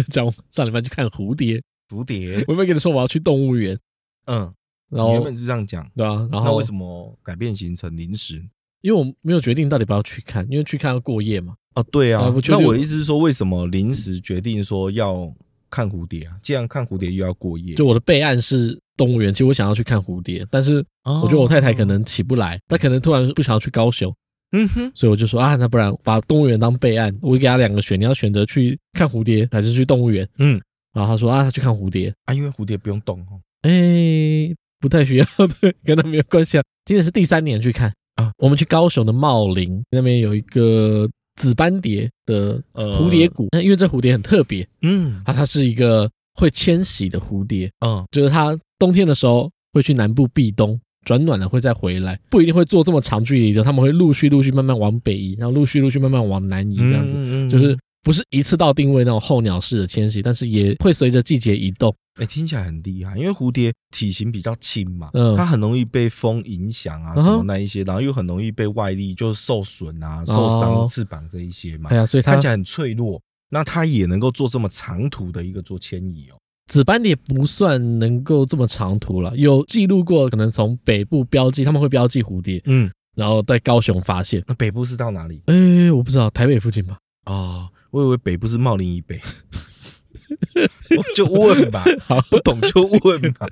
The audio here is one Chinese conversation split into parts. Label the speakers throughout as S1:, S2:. S1: 讲我上礼拜去看蝴蝶，
S2: 蝴蝶，
S1: 我有没有跟你说我要去动物园？
S2: 嗯，
S1: 然
S2: 你原
S1: 后
S2: 本是这样讲，
S1: 对啊，然
S2: 那
S1: 后
S2: 为什么改变行程临时？
S1: 因为我没有决定到底要不要去看，因为去看要过夜嘛。
S2: 哦，对啊
S1: 啊我，觉
S2: 那
S1: 得
S2: 我的意思是说，为什么临时决定说要看蝴蝶啊？既然看蝴蝶又要过夜，
S1: 就我的备案是动物园，其实我想要去看蝴蝶，但是
S2: 哦
S1: 我觉得我太太可，能起不来，她可能突然不想要去高雄，
S2: 嗯哼，
S1: 所以我就说啊，那不然把动物园当备案，我给她两个选，你要选择去看蝴蝶还是去动物园？
S2: 嗯，
S1: 然后她说啊，她去看蝴蝶，
S2: 啊，因为蝴蝶不用动哦，
S1: 哎、不太需要，对，跟她没有关系啊。今年是第三年去看
S2: 啊，
S1: 我们去高雄的茂林那边有一个紫斑蝶的
S2: 呃
S1: 蝴蝶，谷，那因为这蝴蝶很特别
S2: 嗯
S1: 啊，它是一个会迁徙的蝴蝶，
S2: 嗯，
S1: 就是它冬天的时候会去南部避冬，转暖了会再回来，不一定会做这么长距离的，他们会陆续陆续慢慢往北移，然后陆续陆续慢慢往南移，这样子、
S2: 嗯
S1: 就是。不是一次到定位那种候鸟式的迁徙，但是也会随着季节移动。
S2: 哎、听起来很厉害，因为蝴蝶体型比较轻嘛，
S1: 嗯
S2: 它很容易被风影响啊，
S1: 嗯哼哦
S2: 什么那一些，然后又很容易被外力就受损啊、受伤翅膀这一些嘛
S1: 哎，呀，所以它
S2: 看起来很脆弱。那它也能够做这么长途的一个做迁移哦，
S1: 紫斑蝶不算能够这么长途了，有记录过可能从北部标记，他们会标记蝴蝶，
S2: 嗯，
S1: 然后在高雄发现。
S2: 那北部是到哪里？
S1: 哎、我不知道台北附近吧？
S2: 哦，我以为北部是茂林以 北，我哦就问 吧，
S1: 好，
S2: 不懂就问吧，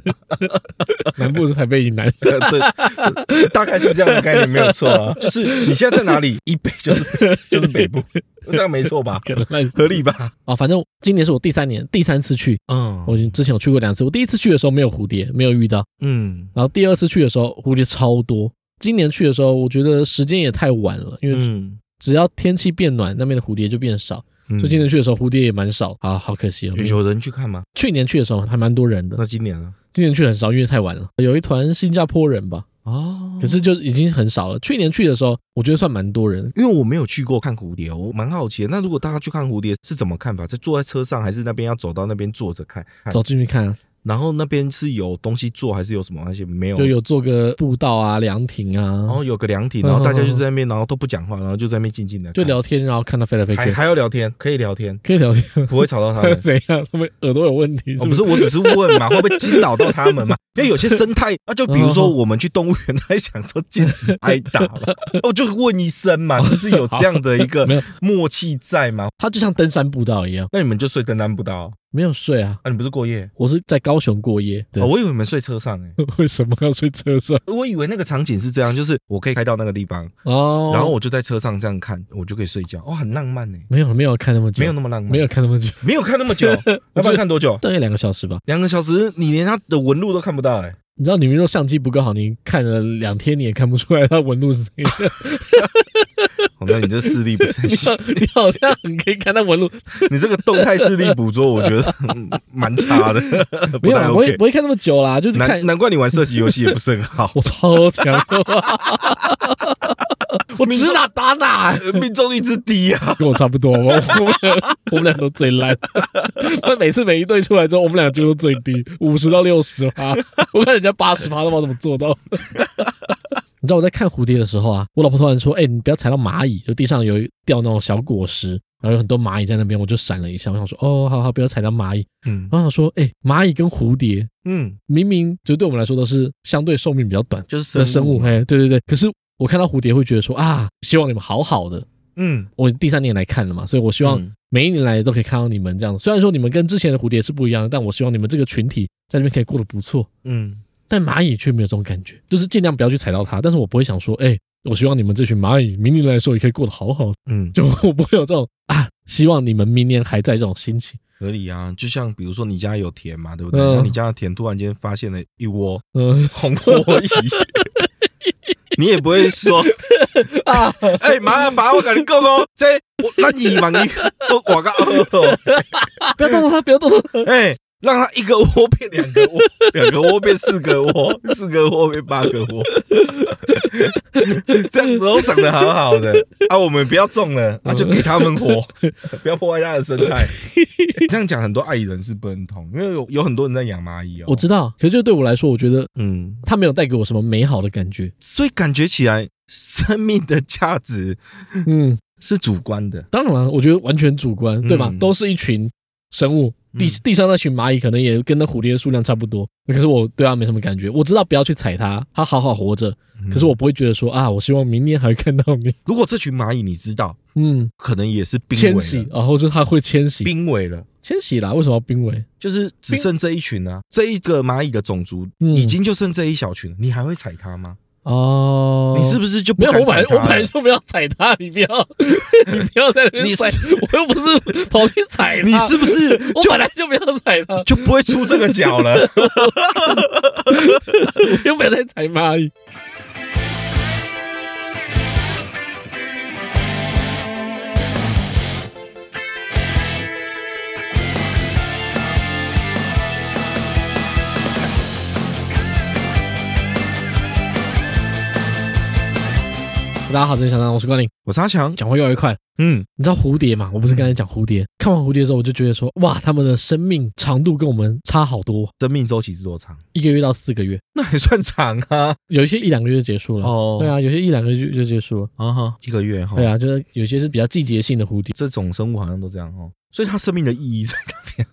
S1: 南部是台北以南。
S2: 啊对，大概是这样的概念，没有错啊。 就是你现在在哪里？以北就是就是北 部，这样没错吧？
S1: 可能烂死
S2: 合理吧？
S1: 哦，反正今年是我第三年第三次去，
S2: 嗯
S1: 我已经之前有去过两次。我第一次去的时候没有蝴蝶，没有遇到，
S2: 嗯
S1: 然后第二次去的时候蝴蝶超多。今年去的时候，我觉得时间也太晚了，因为
S2: 嗯，
S1: 只要天气变暖，那边的蝴蝶就变少。所以今年去的时候，蝴蝶也蛮少啊，好可惜哦。
S2: 有有人去看吗？
S1: 去年去的时候还蛮多人的
S2: 那，今年呢？
S1: 今年去很少，因为太晚了。有一团新加坡人吧，
S2: 哦
S1: 可是就已经很少了。去年去的时候，我觉得算蛮多人，
S2: 因为我没有去过看蝴蝶，我蛮好奇的。那如果大家去看蝴蝶是怎么看法？是坐在车上，还是那边要走到那边坐着看？看
S1: 走进去看啊，
S2: 然后那边是有东西坐，还是有什么那些没有？哦
S1: 就有做个步道啊、凉亭
S2: 然
S1: 啊
S2: 后，有个凉亭，
S1: 嗯
S2: 然后大家
S1: 嗯
S2: 就在那边，然后都不讲话，然后就在那边静静的
S1: 就聊天，然后看到飞来飞
S2: 还
S1: 去，
S2: 还要聊天，可以聊天，
S1: 可以聊天。
S2: 不会吵到他们。
S1: 怎样？他们耳朵有问题？
S2: 哦，不是，我只是问嘛，会不会惊扰到他们嘛？因为有些生态，啊，就比
S1: 哦
S2: 如说我们去动物园，他也想说禁止挨打 嘛，我就问一声嘛，是不是有这样的一个
S1: 没有
S2: 默契在嘛？
S1: 他就像登山步道一样，
S2: 那你们就睡登山步道
S1: 没有睡啊。
S2: 啊？你不是过夜？
S1: 我是在高雄过夜，对，
S2: 哦，我以为你们睡车上诶、
S1: 为什么要睡车上？
S2: 我以为那个场景是这样，就是我可以开到那个地方，
S1: 哦，
S2: 然后我就在车上这样看，我就可以睡觉，哦，很浪漫呢、
S1: 没有没有看那么久，
S2: 没有那么浪漫，
S1: 没有看那么久，
S2: 没有看那 么久，要不然看多久？
S1: 大概两个小时吧。
S2: 两个小时，你连它的纹路都看不到哎、
S1: 你知道，你们若相机不够好，你看了两天你也看不出来它纹路是怎样。
S2: 哦，那你这视力不太行，
S1: 你好像很可以看它纹路，
S2: 你这个动态视力捕捉，我觉得嗯蛮差的，
S1: 没
S2: 不
S1: 有
S2: 太
S1: 啦，我也
S2: OK。
S1: 不会看那么久啦，就是看
S2: 难难怪你玩射击游戏也不是很好，
S1: 我超强 的，我指哪打哪、
S2: 呃命中率之低啊！
S1: 跟我差不多，我我们俩我们俩都最烂。那每次每一队出来之后，我们俩就都最低，五十到六十趴。我看人家八十趴，他妈怎么做到？ 你知道我在看蝴蝶的时候啊，我老婆突然说：“哎、你不要踩到蚂蚁，就地上有一掉那种小果实，然后有很多蚂蚁在那边。”我就闪了一下，我想说：“哦，好好，不要踩到蚂蚁。
S2: 嗯”
S1: 然后想说：“哎、蚂蚁跟蝴蝶
S2: 嗯，
S1: 明明就对我们来说都是相对寿命比较短
S2: 就是
S1: 的生物，
S2: 嘛
S1: 哎、对对对。可是我看到蝴蝶会觉得说啊，希望你们好好的，
S2: 嗯，
S1: 我第三年来看了嘛，所以我希望
S2: 嗯
S1: 每一年来都可以看到你们这样。虽然说你们跟之前的蝴蝶是不一样的，但我希望你们这个群体在这边可以过得不错。
S2: 嗯，
S1: 但蚂蚁却没有这种感觉，就是尽量不要去踩到它。但是我不会想说，哎、我希望你们这群蚂蚁明年来的时候也可以过得好好的，
S2: 嗯，
S1: 就我不会有这种啊，希望你们明年还在这种心情。
S2: 合理啊。就像比如说你家有田嘛，对不对？
S1: 嗯
S2: 那你家的田突然间发现了一窝
S1: 嗯、
S2: 红火蚁，你也不会说
S1: 啊，
S2: 哎，妈爸，我跟你讲哦，这我咱二万一都活到 二，
S1: 不要动它，不要动它。
S2: 哎，让它一个窝变两个窝，两个窝变四个窝，四个窝变八个窝，这样子都长得好好的啊，我们不要种了，啊那、就给他们活，不要破坏它的生态。这样讲很多爱人是不认同，因为有有很多人在养蚂蚁哦。
S1: 我知道，可是就对我来说，我觉得
S2: 嗯，
S1: 它没有带给我什么美好的感觉。
S2: 所以感觉起来，生命的价值
S1: 嗯，
S2: 是主观的。
S1: 当然了，我觉得完全主观，对吧？
S2: 嗯
S1: 都是一群生物，地
S2: 嗯
S1: 地上那群蚂蚁可能也跟那蝴蝶的数量差不多，可是我对它没什么感觉。我知道不要去踩它，它好好活着，
S2: 嗯
S1: 可是我不会觉得说啊，我希望明年还会看到 你。
S2: 如果这群蚂蚁你知道，
S1: 嗯，
S2: 可能也是濒
S1: 迁
S2: 危
S1: 徙
S2: 了，，
S1: 然后是它会迁徙，
S2: 濒危了。
S1: 迁徙啦，为什么要濒危？
S2: 就是只剩这一群啊，这一个蚂蚁的种族
S1: 嗯
S2: 已经就剩这一小群了，你还会踩它吗？
S1: 哦，
S2: 你是不是就不
S1: 没有，
S2: 敢
S1: 我本来
S2: 踩它
S1: 我本来
S2: 了？
S1: 就不要踩它，你不要， 你不要在那边
S2: 你
S1: 踩
S2: 是，
S1: 我又不是跑去踩它，
S2: 你是不是
S1: 啊 我
S2: 就
S1: 本来就不要踩它，
S2: 就不会出这个脚了？
S1: 我 又不要再踩蚂蚁。大家好，这里是小张，我是关林。
S2: 我超强，
S1: 讲话越来越快，
S2: 嗯，
S1: 你知道蝴蝶嘛？我不是刚才讲蝴蝶，看完蝴蝶之后，我就觉得说，哇，它们的生命长度跟我们差好多，
S2: 生命周期是多长？
S1: 一个月到四个月，
S2: 那还算长啊。
S1: 有一些一两个月就结束了。
S2: 哦
S1: 对啊，有些一两个月就就结束了。
S2: 啊哈，一个月哈。
S1: 对啊，就是有些是比较季节性的蝴蝶，
S2: 这种生物好像都这样哦，所以它生命的意义在哪 边？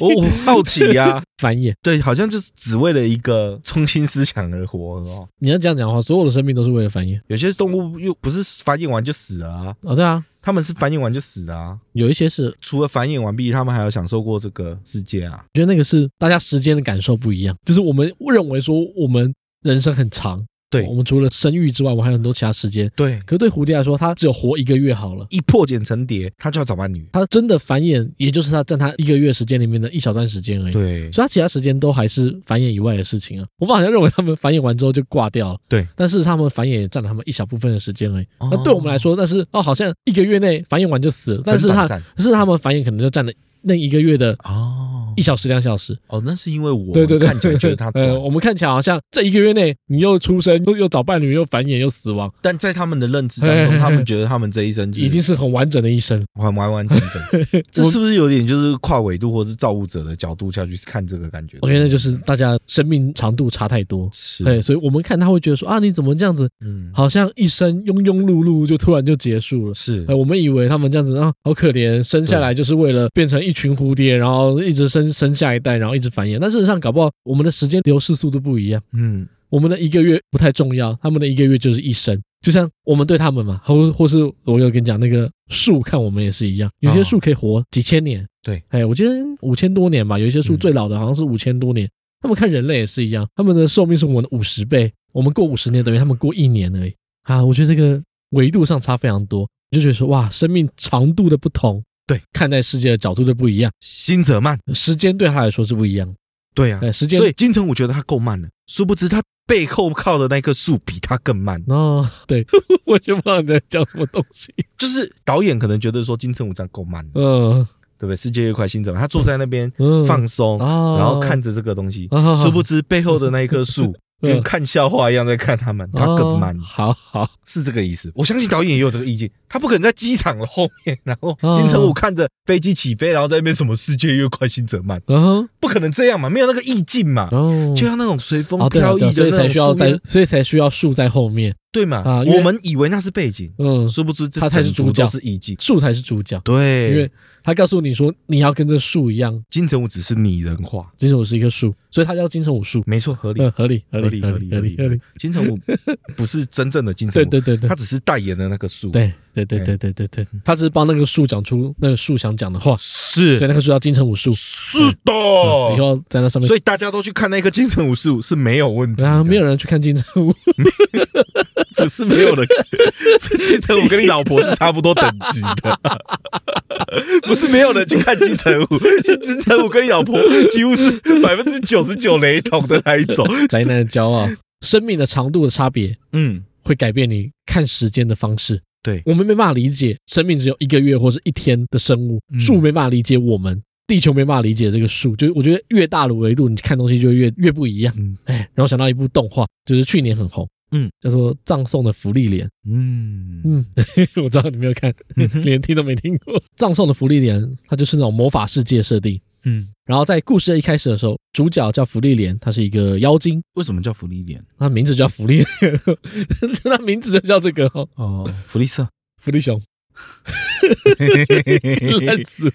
S2: 我我好奇呀、
S1: 繁衍。
S2: 对，好像就是只为了一个中心思想而活哦。
S1: 你要这样讲的话，所有的生命都是为了繁衍
S2: 有些动物又不是繁衍完就死了啊，
S1: 哦。对啊，
S2: 他们是繁衍完就死了啊。
S1: 有一些是，我
S2: 除了繁衍完毕，他们还有享受过这个世界啊。
S1: 觉得那个是大家时间的感受不一样，就是我们认为说我们人生很长，
S2: 对
S1: 我们除了生育之外，我们还有很多其他时间。
S2: 对，
S1: 可是对蝴蝶来说，它只有活一个月好了。
S2: 一破茧成蝶，它就要找伴侣。
S1: 它真的繁衍，也就是它占它一个月时间里面的一小段时间而已。，
S2: 对，
S1: 所以它其他时间都还是繁衍以外的事情啊。我们好像认为它们繁衍完之后就挂掉了，
S2: 对。
S1: 但是它们繁衍也占了它们一小部分的时间而已。
S2: 哦
S1: 那对我们来说，那是哦，好像一个月内繁衍完就死了，但是它
S2: 很短暂
S1: 但是它们繁衍可能就占了那一个月的
S2: 哦
S1: 一小时两小时。
S2: 哦，那是因为我
S1: 对对对，
S2: 看起来觉得它
S1: 呃，
S2: 短，
S1: 我们看起来好像这一个月内你又出生又又找伴侣又繁衍又死亡，
S2: 但在他们的认知当
S1: 嘿嘿嘿
S2: 中，他们觉得他们这一生是
S1: 哎已经是很完整的一生。
S2: 完完完整 整。这是不是有点就是跨纬度或是造物者的角度下去看这个感觉？
S1: 我觉得那就是哎大家生命长度差太多。对，
S2: 是，
S1: 所以我们看他会觉得说啊，你怎么这样子？
S2: 嗯，
S1: 好像一生庸庸碌碌就突然就结束了。
S2: 是
S1: 哎，我们以为他们这样子啊，好可怜，生下来就是为了变成一群蝴蝶，然后一直生生下一代，然后一直繁衍。但事实上，搞不好我们的时间流逝速度不一样，
S2: 嗯，
S1: 我们的一个月不太重要，他们的一个月就是一生。就像我们对他们嘛，或或是我有跟你讲那个树，看我们也是一样，有些树可以活几千年，
S2: 哦对，
S1: 哎，我觉得五千多年吧，有一些树
S2: 嗯
S1: 最老的好像是五千多年。他们看人类也是一样，他们的寿命是我们的五十倍，我们过五十年等于他们过一年而已啊！我觉得这个维度上差非常多，我就觉得说哇，生命长度的不同，
S2: 对，
S1: 看待世界的角度就不一样，
S2: 辛哲曼，
S1: 时间对他来说是不一样的。
S2: 对啊
S1: 哎，时间
S2: 所以金城我觉得他够慢了，殊不知他背后靠的那棵树比他更慢。
S1: 哦，对，我就不知道你在讲什么东西。
S2: 就是导演可能觉得说金城武这样够慢了，
S1: 嗯
S2: 对不对？世界越快，新哲曼他坐在那边
S1: 嗯，
S2: 放松，
S1: 哦
S2: 然后看着这个东西，
S1: 哦
S2: 殊不知背后的那一棵树
S1: 嗯
S2: 跟看笑话一样在看他们，他更慢
S1: 哦，好好，
S2: 是这个意思。我相信导演也有这个意见，他不可能在机场的后面，然后
S1: 哦
S2: 金城武看着飞机起飞，然后在那边什么世界越快，新哲曼，
S1: 嗯哼，
S2: 不可能这样嘛，没有那个意境嘛。
S1: 然后
S2: 就像那种随风
S1: 嗯哦，对啊
S2: 飘
S1: 对啊
S2: 逸
S1: 所
S2: 的
S1: 以才
S2: 那
S1: 需要
S2: 种树
S1: 在
S2: 叶，，
S1: 所以才需要树在后面，
S2: 对嘛
S1: 啊？因为
S2: 我们以为那是背景，
S1: 嗯，
S2: 殊不知这
S1: 它才是
S2: 整幅
S1: 主角
S2: 都是意境。
S1: 树才是主角，因
S2: 对
S1: 为，他告诉你说你要跟这树一样，
S2: 金城武只是拟人化，
S1: 金城武是一棵树，所以它叫金城武树，
S2: 没错，合理
S1: 嗯，，合理合
S2: 合
S1: 理
S2: 理，合理，
S1: 合
S2: 合
S1: 理
S2: 理，
S1: 合理，
S2: 金 城武不是真正的金城
S1: 对
S2: 武，
S1: 对对对
S2: 他。只是代言的那个树，，
S1: 对对对对对对对，他只是帮那个树讲出那个树想讲的话，
S2: 是
S1: 所以那棵树叫金城武树，
S2: 是哦
S1: 嗯以
S2: 的。
S1: 后在那上面
S2: 所以大家都去看那棵金城武树是没有问题的，
S1: 啊，没有人去看金城武，
S2: 不是没 有人，是金城武跟你老婆是差不多等级的，不是没有人去看金城武，是金城武跟你老婆几乎是百分之九十九雷同的那一种。
S1: 宅男的骄傲。生命的长度的差别
S2: 嗯，
S1: 会改变你看时间的方式。
S2: 对
S1: 我们没办法理解生命只有一个月或是一天的生物，
S2: 嗯
S1: 树没办法理解我们，地球没办法理解这个树。就是我觉得越大的维度，你看东西就越越不一样。
S2: 嗯
S1: 哎，然后想到一部动画，就是去年很红。
S2: 嗯，
S1: 叫做《葬送的芙莉莲》。
S2: 嗯，
S1: 嗯， 我知道你没有看，
S2: 嗯 哼
S1: 连听都没听过。《葬送的芙莉莲》，它就是那种魔法世界设定。
S2: 嗯，
S1: 然后在故事的一开始的时候，主角叫芙莉莲，她是一个妖精，
S2: 为什么叫福利莲？
S1: 她名字叫芙 莉莲，她名字就叫这个哦，
S2: 哦，福利社，
S1: 福利熊。 烂死。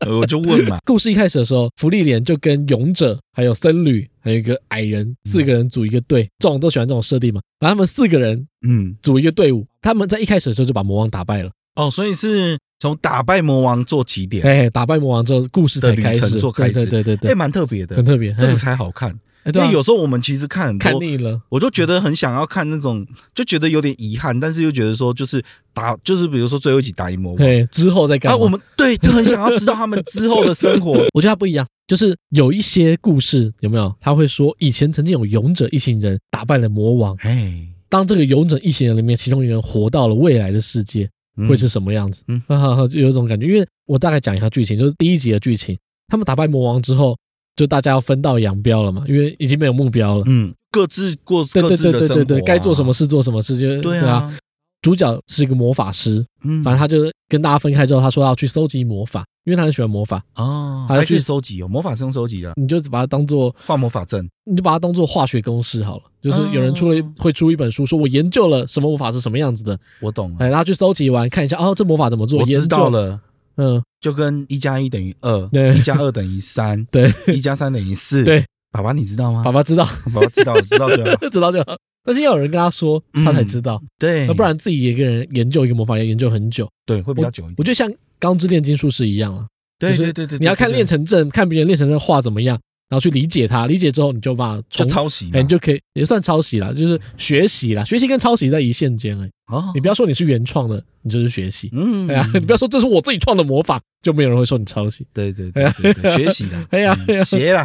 S2: 呃我就问嘛，
S1: 故事一开始的时候，福利连就跟勇者、还有僧侣、还有一个矮
S2: 嗯
S1: 人四个人组一个队，这种都喜欢这种设定嘛。然后他们四个人
S2: 嗯，
S1: 组一个队伍，他们在一开始的时候就把魔王打败了。
S2: 哦，所以是从打败魔王做起点，
S1: 哎，打败魔王之后，故事才开
S2: 的旅
S1: 始，
S2: 程做开
S1: 对
S2: 始
S1: 对对对
S2: 哎，
S1: 对，
S2: 蛮特别
S1: 很
S2: 的，
S1: 特别。
S2: 这
S1: 哎
S2: 个才好看。
S1: 哎
S2: 因
S1: 对啊
S2: 为有时候我们其实看很
S1: 看
S2: 多，
S1: 腻了，嗯
S2: 我就觉得很想要看那种，就觉得有点遗憾，但是又觉得说就是打，就是比如说最后一集打赢魔王，
S1: 哎，之后再干
S2: 啊，
S1: 嘛
S2: 我们对就很想要知道他们之后的
S1: 。
S2: 生活
S1: 我觉得它不一样，就是有一些故事有没有？他会说以前曾经有勇者一行人打败了魔王，
S2: 哎，
S1: 当这个勇者一行人里面其中一个人活到了未来的世界，
S2: 嗯
S1: 会是什么样子？
S2: 嗯
S1: 嗯，就有一种感觉。因为我大概讲一下剧情，就是第一集的剧情，他们打败魔王之后，就大家要分道扬镳了嘛，因为已经没有目标了。
S2: 嗯，各自过
S1: 对
S2: 各
S1: 对
S2: 自
S1: 对
S2: 的
S1: 对
S2: 生活
S1: 对
S2: 啊，
S1: 对，该做什么事做什么事，就
S2: 对啊，
S1: 主角是一个魔法师，
S2: 嗯，
S1: 反正他就跟大家分开之后，他说要去搜集魔法，因为他很喜欢魔法，
S2: 哦，
S1: 还
S2: 还
S1: 要
S2: 可以
S1: 去
S2: 收集哦，魔法是用收集的，
S1: 你就只把它当做
S2: 换魔法阵，
S1: 你就把它当做化学公式好了，就是有人出了一、
S2: 哦
S1: 会出一本书，说我研究了什么魔法是什么样子的，
S2: 我懂了，
S1: 哎，然后去搜集完看一下，哦，这魔法怎么做？
S2: 我知道
S1: 研究，
S2: 了。
S1: 嗯，
S2: 就跟一加一等于二，
S1: 对
S2: 一加二等于三，
S1: 对，
S2: 一加三等于四。
S1: 对，
S2: 爸爸你知道吗？
S1: 爸爸 知道，
S2: 爸爸知道，知道啊就好。
S1: 知道就好。但是要有人跟他说，
S2: 嗯
S1: 他才知道，
S2: 对，
S1: 那不然自己一个人研究一个魔法要研究很久。
S2: 对会比较久一
S1: 我
S2: 点。
S1: 觉得像《钢之炼金术师》一样啊，
S2: 对
S1: 就
S2: 对
S1: 是
S2: 对对，
S1: 你要
S2: 对
S1: 看
S2: 对
S1: 炼成阵，看别人炼成阵画怎么样，然后去理解它，理解之后你就把它
S2: 就
S1: 重
S2: 抄袭嘛，
S1: 哎，你就可以也算抄袭啦，就是学习啦，学习跟抄袭在一线间哎，
S2: 哦
S1: 你，不要说你是原创的，你就是学习。
S2: 嗯
S1: 哎呀，你不要说这是我自己创的魔法，就没有人会说你抄袭。
S2: 对对对对对，学习的，
S1: 哎呀哎
S2: 嗯
S1: 呀
S2: 学啦，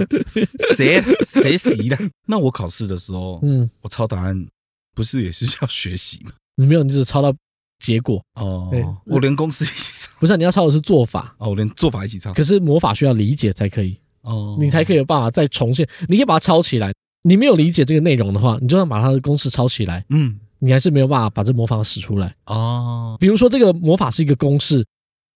S2: 学学习的。那我考试的时候，
S1: 嗯，
S2: 我抄答案不是也是要学习吗？
S1: 你没有，你只抄到结果，对
S2: 哦，我连公式一起抄，
S1: 不是啊、你要抄的是做法。
S2: 哦，我连做法一起抄，
S1: 可是魔法需要理解才可以，
S2: 哦，
S1: 你才可以有办法再重现。你可以把它抄起来，你没有理解这个内容的话，你就算把它的公式抄起来，
S2: 嗯，
S1: 你还是没有办法把这魔法使出来。
S2: 哦，
S1: 比如说，这个魔法是一个公式，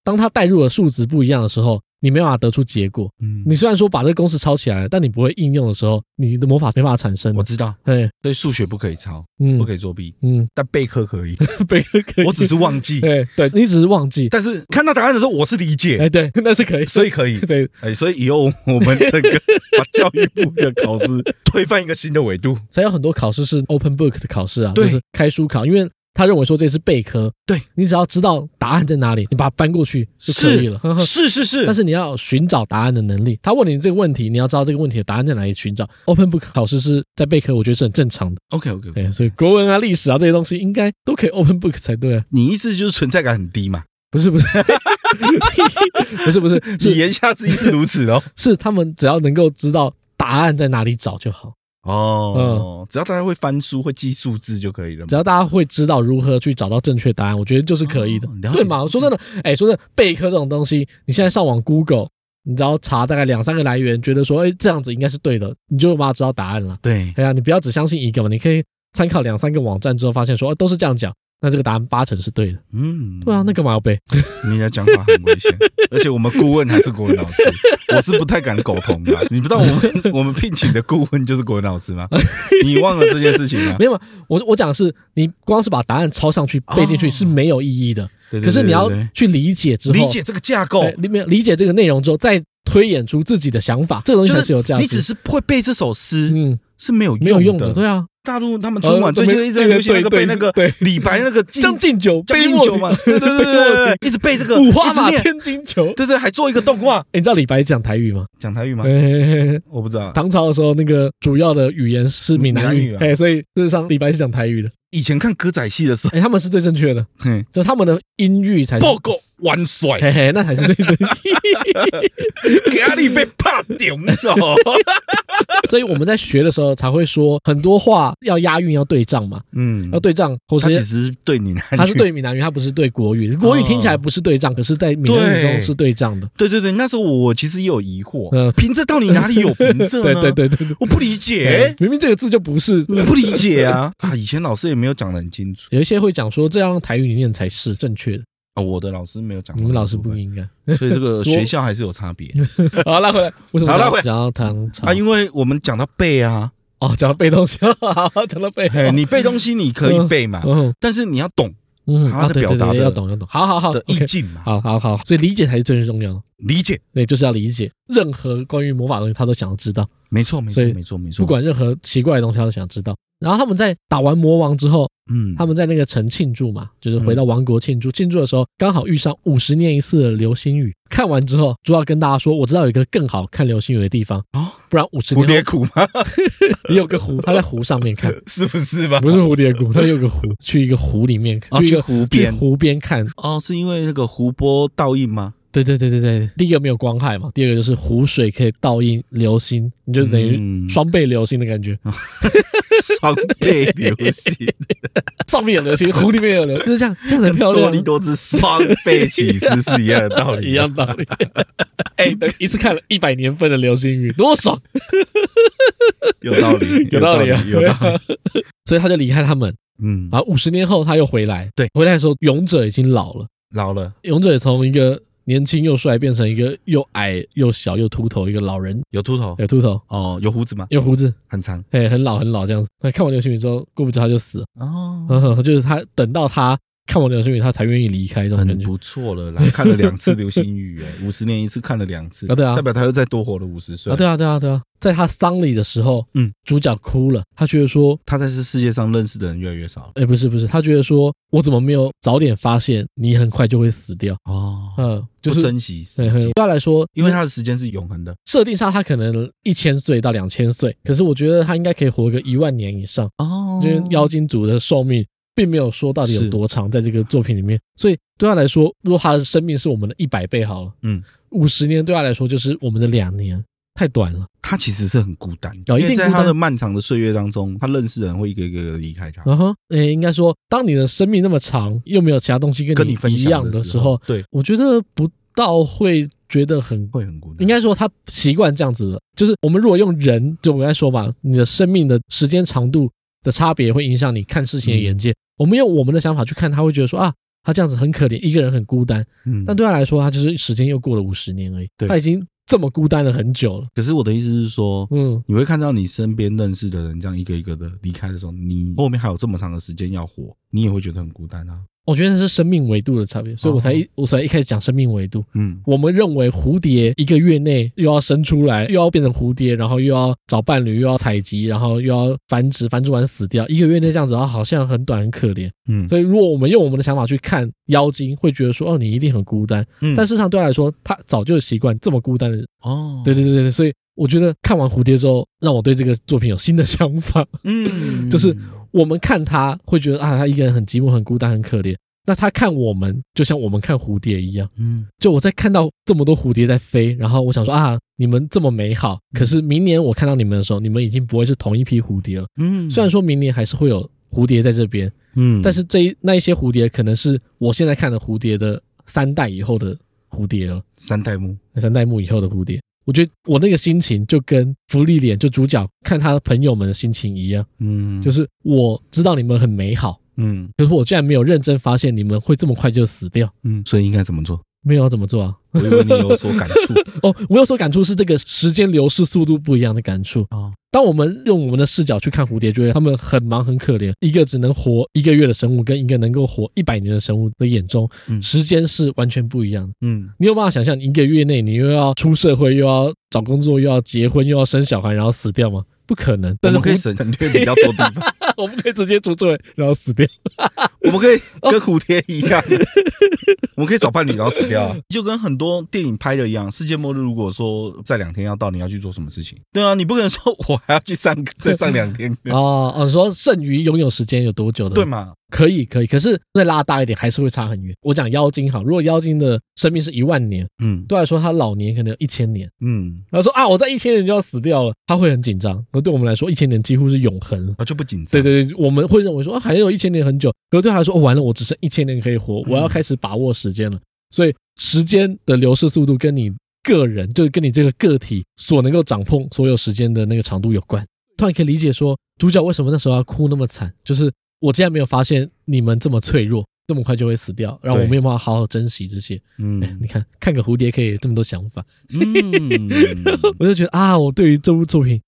S1: 当它代入的数值不一样的时候，你没办法得出结果。
S2: 嗯，
S1: 你虽然说把这个公式抄起来了，但你不会应用的时候，你的魔法没办法产生
S2: 我。知道，
S1: 对，
S2: 对，数学不可以抄，
S1: 嗯
S2: 不可以作弊，
S1: 嗯，
S2: 但备课可以。
S1: 贝克可以。
S2: 我只是忘记，
S1: 对对，你只是忘记。
S2: 但是看到答案的时候我是理解，
S1: 哎，对，那是可以。
S2: 所以可以。
S1: 对，
S2: 哎，所以以后我们 整个把教育部的考试推翻一个新的维度。
S1: 才有很多考试是 open book 的考试啊，
S2: 对
S1: 就是开书考，因为他认为说这是备科，
S2: 对
S1: 你只要知道答案在哪里，你把它翻过去就可以了。呵呵
S2: 是是是
S1: 嗯但是你要有寻找答案的能力。他问你这个问题，你要知道这个问题的答案在哪里寻找。Open book 考试是在备科，我觉得是很正常的。
S2: OK OK，OK，
S1: 对，所以国文啊、历史啊这些东西应该都可以 open book 才对啊。
S2: 你意思就是存在感很低嘛？
S1: 不是不 是，不是不是，
S2: 你
S1: 是
S2: 言下之意是如此 哦。
S1: 是他们只要能够知道答案在哪里找就好，
S2: 哦，只要大家会翻书、会记数字就可以了
S1: 嗯只
S2: 嘛。
S1: 要大家会知道如何去找到正确答案，我觉得就是可以的。
S2: 哦了解
S1: 对嘛？我说真的，哎、说真的，备课这种东西，你现在上网 Google，你只要查大概两三个来源，觉得说，哎、这样子应该是对的，你就有办法知道答案了。
S2: 对，
S1: 哎呀，你不要只相信一个嘛，你可以参考两三个网站之后，发现说、哦都是这样讲，那这个答案八成是对的。
S2: 嗯，
S1: 对啊，那干嘛要背？
S2: 你的讲法很危 险，而且我们顾问还是国文老师，我是不太敢苟同的啊。你不知道 我们我们聘请的顾问就是国文老师吗？你忘了这件事情吗
S1: 没？有嘛，我我讲的是，你光是把答案抄上去背进去是没有意义的。
S2: 哦对对对
S1: 可是你要
S2: 对对
S1: 去理解之后，哎
S2: 理解这个架构
S1: 对，，理没有理解这个内容之后，再推演出自己的想法，这个东西
S2: 就
S1: 才是有价值。
S2: 你只是会背这首诗
S1: 嗯，
S2: 是没有
S1: 没有用
S2: 的。
S1: 的，对啊。
S2: 大陆他们春晚
S1: 呃
S2: 最近一直在流行那个背
S1: 对对
S2: 那个
S1: 对
S2: 李白那个《
S1: 将进酒，
S2: 将
S1: 杯
S2: 进
S1: 莫
S2: 酒》
S1: 停
S2: 嘛，对对对对 对对，对一直背这个
S1: 五花马，
S2: 一直念
S1: 千金裘。
S2: 对对，还做一个动画，
S1: 诶你知道李白讲台语吗？
S2: 讲台语吗？
S1: 诶
S2: 我不知道，
S1: 唐朝的时候，那个主要的语言是闽南
S2: 闽南语
S1: 语
S2: 啊，
S1: 哎，所以事实上李白是讲台语的。
S2: 以前看歌仔戏的时候，
S1: 哎，他们是最正确的，
S2: 嘿，
S1: 就他们的音域才是，
S2: 报告万岁，
S1: 嘿嘿，那才是最正确。
S2: 咖喱被拍掉了，
S1: 所以我们在学的时候才会说，很多话要押韵，要对仗嘛，
S2: 嗯
S1: 要，对仗，或
S2: 他其
S1: 是
S2: 实是对你，
S1: 它是对闽南语，它不是对国语。国语听起来不是对仗，可是在闽南语中是对仗的。
S2: 啊对对对，那时候我其实也有疑惑，
S1: 嗯
S2: 凭这到底哪里有凭 这
S1: 对
S2: 呢？
S1: 对，对对对，
S2: 我不理解，
S1: 明明这个字就不是。
S2: 我不理解啊啊！以前老师也没有讲的很清楚
S1: 有一些会讲说这样用台语念才是正确的，
S2: 啊，我的老师没有讲，
S1: 你们老师不，应该。
S2: 所以这个学校还是有差别。
S1: 好，拉回来，为什么
S2: 好
S1: 讲
S2: 拉回来
S1: 讲到唐朝哦
S2: 啊，？因为我们讲到背 啊，
S1: 哦，讲到背东西，讲到背
S2: 嘿，
S1: 哦，
S2: 你背东西你可以背嘛，
S1: 嗯，
S2: 但是你要懂，
S1: 嗯，
S2: 他
S1: 啊
S2: 的
S1: 对对
S2: 表达
S1: 对
S2: 的
S1: 要懂要懂，好好好
S2: 的意
S1: OK
S2: 境嘛，
S1: 好好好，所以理解才是最重要的。
S2: 理解，
S1: 对，就是要理解任何关于魔法的东西，他都想要知道，
S2: 没错，没错
S1: 所以，
S2: 没错，没错。
S1: 不，管任何奇怪的东西，他都想要知道。然后他们在打完魔王之后，
S2: 嗯，
S1: 他们在那个城庆祝嘛，就是回到王国庆祝。庆祝的时候，刚好遇上五十年一次的流星雨。看完之后，主要跟大家说，我知道有一个更好看流星雨的地方，
S2: 哦
S1: 不然五十
S2: 蝴蝶
S1: 年
S2: 谷吗？
S1: 后也有个湖，他在湖上面 看，
S2: 是不是吧？
S1: 不是蝴蝶谷，他有个湖，去一个湖里面，
S2: 哦
S1: 去一个
S2: 去湖
S1: 去
S2: 边
S1: 湖边看。
S2: 哦，是因为那个湖泊倒映吗？
S1: 对对对对对，第一个没有光害嘛，第二个就是湖水可以倒映流星，你就等于
S2: 嗯
S1: 双倍流星的感觉。
S2: 双倍流星，
S1: 上面有流星，湖里面有流星，就是这样，这样很漂
S2: 多
S1: 亮
S2: 利。多姿双倍起司是一样的道
S1: 啊
S2: 理，
S1: 一样道理。 哎、等一次看了一百年份的流星雨，多爽！啊
S2: 有道理，
S1: 有道
S2: 道
S1: 理啊，
S2: 有道理。
S1: 理。所以他就离开他们，
S2: 嗯，
S1: 然后五十年后他又回来。
S2: 对，
S1: 回来的时候，勇者已经老了，
S2: 老了
S1: 勇者也从一个年轻又帅变成一个又矮又小又秃头一个老人，
S2: 有秃头
S1: 有秃头，
S2: 哦，有胡子吗？
S1: 有胡子，
S2: 很长
S1: 哎，很老很老这样子。那看完流星雨之后，过不久他就死 了，
S2: 哦，
S1: 呵呵就是他等到他看完流星雨，他才愿意离开这种
S2: 很
S1: 感觉。
S2: 不错了啦，看了两次流星雨，哎，五十年一次看了两次
S1: 啊对啊
S2: 代表他又再多活了五十岁
S1: 啊，对啊，对啊，对啊，在他丧礼的时候，
S2: 嗯，
S1: 主角哭了，他觉得说
S2: 他在这世界上认识的人越来越少了
S1: 哎，不是不是，他觉得说，我怎么没有早点发现你很快就会死掉？
S2: 哦，
S1: 嗯，就
S2: 不
S1: 是
S2: 珍惜时
S1: 对
S2: 间
S1: 对，他来说，
S2: 因为他的时间是永恒的
S1: 设定上他可能一千岁到两千岁，可是我觉得他应该可以活个一万年以上，
S2: 哦
S1: 因为妖精族的寿命并没有说到底有
S2: 是
S1: 多长，在这个作品里面，所以对他来说，如果他的生命是我们的一百倍好了，
S2: 嗯，
S1: 五十年对他来说就是我们的两年，太短了。
S2: 他其实是很孤单，
S1: 有一
S2: 因为
S1: 定
S2: 在
S1: 孤单
S2: 他的漫长的岁月当中，他认识的人会一个一个的离开他，
S1: 然后，Uh-huh 诶，应该说，当你的生命那么长，又没有其他东西
S2: 跟
S1: 跟
S2: 你
S1: 你
S2: 分
S1: 一
S2: 享
S1: 样的
S2: 时
S1: 时候，，
S2: 对，
S1: 我觉得不到会觉得很
S2: 会很孤单，
S1: 应该说他习惯这样子的，就是我们如果用人，就我刚才说嘛，你的生命的时间长度的差别会影响你看事情的
S2: 嗯
S1: 眼界。我们用我们的想法去看，他会觉得说啊，他这样子很可怜，一个人很孤单。
S2: 嗯，
S1: 但对他来说，他就是时间又过了五十年而已，
S2: 对
S1: 他已经这么孤单了很久了。
S2: 可是我的意思是说，
S1: 嗯，
S2: 你会看到你身边认识的人这样一个一个的离开的时候，你后面还有这么长的时间要活，你也会觉得很孤单啊。
S1: 我觉得那是生命维度的差别，所以我
S2: 哦
S1: 才一、我才一开始讲生命维度。
S2: 嗯，
S1: 我们认为蝴蝶一个月内又要生出来，又要变成蝴蝶，然后又要找伴侣，又要采集，然后又要繁殖，繁殖完死掉，一个月内这样子，然后好像很短，很可怜。
S2: 嗯，
S1: 所以如果我们用我们的想法去看妖精，会觉得说，哦，你一定很孤单。
S2: 嗯
S1: 但事实上对他来说，他早就习惯这么孤单的人。
S2: 哦，
S1: 对，对对对，所以我觉得看完蝴蝶之后，让我对这个作品有新的想法。
S2: 嗯
S1: 就是我们看他会觉得啊，他一个人很寂寞、很孤单、很可怜。那他看我们，就像我们看蝴蝶一样。
S2: 嗯，
S1: 就我在看到这么多蝴蝶在飞，然后我想说啊，你们这么美好，
S2: 嗯
S1: 可是明年我看到你们的时候，你们已经不会是同一批蝴蝶了。
S2: 嗯，
S1: 虽然说明年还是会有蝴蝶在这边，
S2: 嗯，
S1: 但是这一那一些蝴蝶可能是我现在看的蝴蝶的三代以后的蝴蝶了，
S2: 三代目
S1: 三代目以后的蝴蝶。我觉得我那个心情就跟福利脸就主角看他朋友们的心情一样，
S2: 嗯，
S1: 就是是我知道你们很美好，
S2: 嗯
S1: 可是我居然没有认真发现你们会这么快就死掉，
S2: 嗯，所以应该怎么做？
S1: 没有要怎么做啊？
S2: 我以为你有所感 触
S1: 哦，我有所感触是这个时间流逝速度不一样的感触。
S2: 哦，
S1: 当我们用我们的视角去看蝴蝶，觉得它们很忙很可怜，一个只能活一个月的生物，跟一个能够活一百年的生物的眼中，
S2: 嗯
S1: 时间是完全不一样的。
S2: 嗯
S1: 你有办法想象，你一个月内你又要出社会，又要找工作，又要结婚，又要生小孩，然后死掉吗？不可能。
S2: 我
S1: 但是
S2: 们可以
S1: 蝴
S2: 省略比较多地方，
S1: 我们可 以直接出社会，然后死掉。
S2: 我们可以跟蝴蝶一 样，我们可以找伴侣然后死掉啊，就跟很多电影拍的一样。世界末日如果说在两天要到，你要去做什么事情？对啊，你不可能说我还要去上课 再上两天，
S1: 哦哦，你说剩余拥有时间有多久的？
S2: 对嘛？
S1: 可以可以，可是再拉大一点，还是会差很远。我讲妖精好，如果妖精的生命是一万年，
S2: 嗯
S1: 对他来说他老年可能有一千年，
S2: 嗯，
S1: 然后说啊，我在一千年就要死掉了，他会很紧张。而对我们来说，一千年几乎是永恒了。
S2: 我啊就不紧张。
S1: 对，对对，我们会认为说啊，还有一千年很久，可是对他来说，哦，完了，我只剩一千年可以活，
S2: 嗯
S1: 我要开始把握时间了。所以时间的流逝速度跟你个人，就是跟你这个个体所能够掌控所有时间的那个长度有关。突然可以理解说，主角为什么那时候要哭那么惨，就是我竟然没有发现你们这么脆弱，这么快就会死掉，然后我
S2: 对
S1: 没有办法好好珍惜这些。哎，
S2: 嗯
S1: 你看，看个蝴蝶可以有这么多想法。
S2: 嗯
S1: 我就觉得啊，我对于这部作品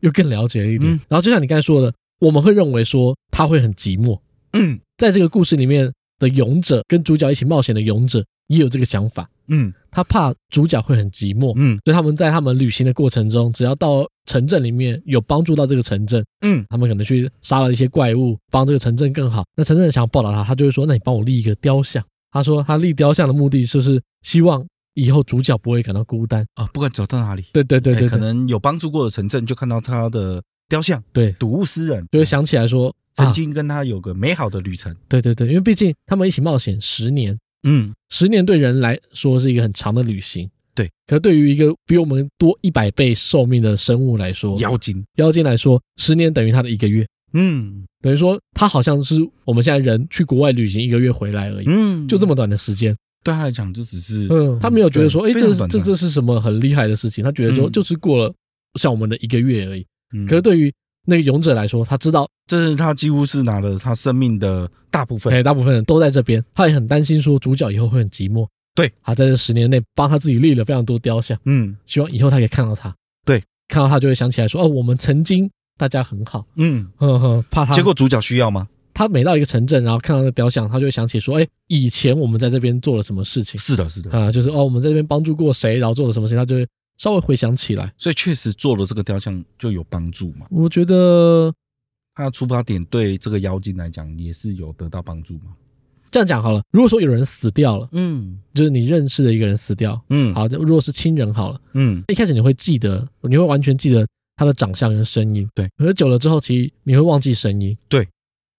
S1: 又更了解了一点。
S2: 嗯
S1: 然后就像你刚才说的，我们会认为说他会很寂寞，
S2: 嗯，
S1: 在这个故事里面，的勇者跟主角一起冒险的勇者也有这个想法，
S2: 嗯
S1: 他怕主角会很寂寞，
S2: 嗯
S1: 所以他们在他们旅行的过程中，只要到城镇里面有帮助到这个城镇，
S2: 嗯
S1: 他们可能去杀了一些怪物，帮这个城镇更好。那城镇想报答他，他就会说：“那你帮我立一个雕像。”他说他立雕像的目的就是希望以后主角不会感到孤单。
S2: 啊，不管走到哪里，
S1: 对对对
S2: 哎
S1: 对
S2: 可
S1: 对，
S2: 能有帮助过的城镇，就看到他的雕像，
S1: 对
S2: 睹物思人，
S1: 就会想起来说
S2: 曾
S1: 啊，
S2: 经跟他有个美好的旅程。
S1: 对对对，因为毕竟他们一起冒险十年，
S2: 嗯，
S1: 十年对人来说是一个很长的旅行。
S2: 对，
S1: 可对于一个比我们多一百倍寿命的生物来说，
S2: 妖精，
S1: 妖精来说，十年等于他的一个月，
S2: 嗯
S1: 等于说他好像是我们现在人去国外旅行一个月回来而已，
S2: 嗯，
S1: 就这么短的时间。
S2: 对他来讲，这只是
S1: 嗯，他没有觉得
S2: 对
S1: 说，哎，
S2: 非
S1: 这
S2: 常短
S1: 这
S2: 暂
S1: 这是什么很厉害的事情？他觉得说，
S2: 嗯
S1: 就是过了像我们的一个月而已。
S2: 嗯
S1: 可是对于那个勇者来说，他知道，
S2: 这是他几乎是拿了他生命的大部分。
S1: 哎，大部分人都在这边，他也很担心说主角以后会很寂寞。
S2: 对，
S1: 他在这十年内帮他自己立了非常多雕像，
S2: 嗯
S1: 希望以后他可以看到他。
S2: 对，
S1: 看到他就会想起来说，哦，我们曾经大家很好。
S2: 嗯，
S1: 呵呵，怕他
S2: 结果主角需要吗？
S1: 他每到一个城镇，然后看到那个雕像，他就会想起说，哎，以前我们在这边做了什么事情
S2: 是的，是的。
S1: 啊、就是哦，我们在这边帮助过谁，然后做了什么事情，他就会稍微回想起来。
S2: 所以确实做了这个雕像就有帮助嘛。
S1: 我觉得
S2: 他的出发点对这个妖精来讲也是有得到帮助嘛。
S1: 这样讲好了，如果说有人死掉了，
S2: 嗯
S1: 就是你认识的一个人死掉，
S2: 嗯，，
S1: 好，如果是亲人好了，
S2: 嗯
S1: 一开始你会记得，你会完全记得他的长相跟声音，
S2: 对。
S1: 可是久了之后，其实你会忘记声音，
S2: 对，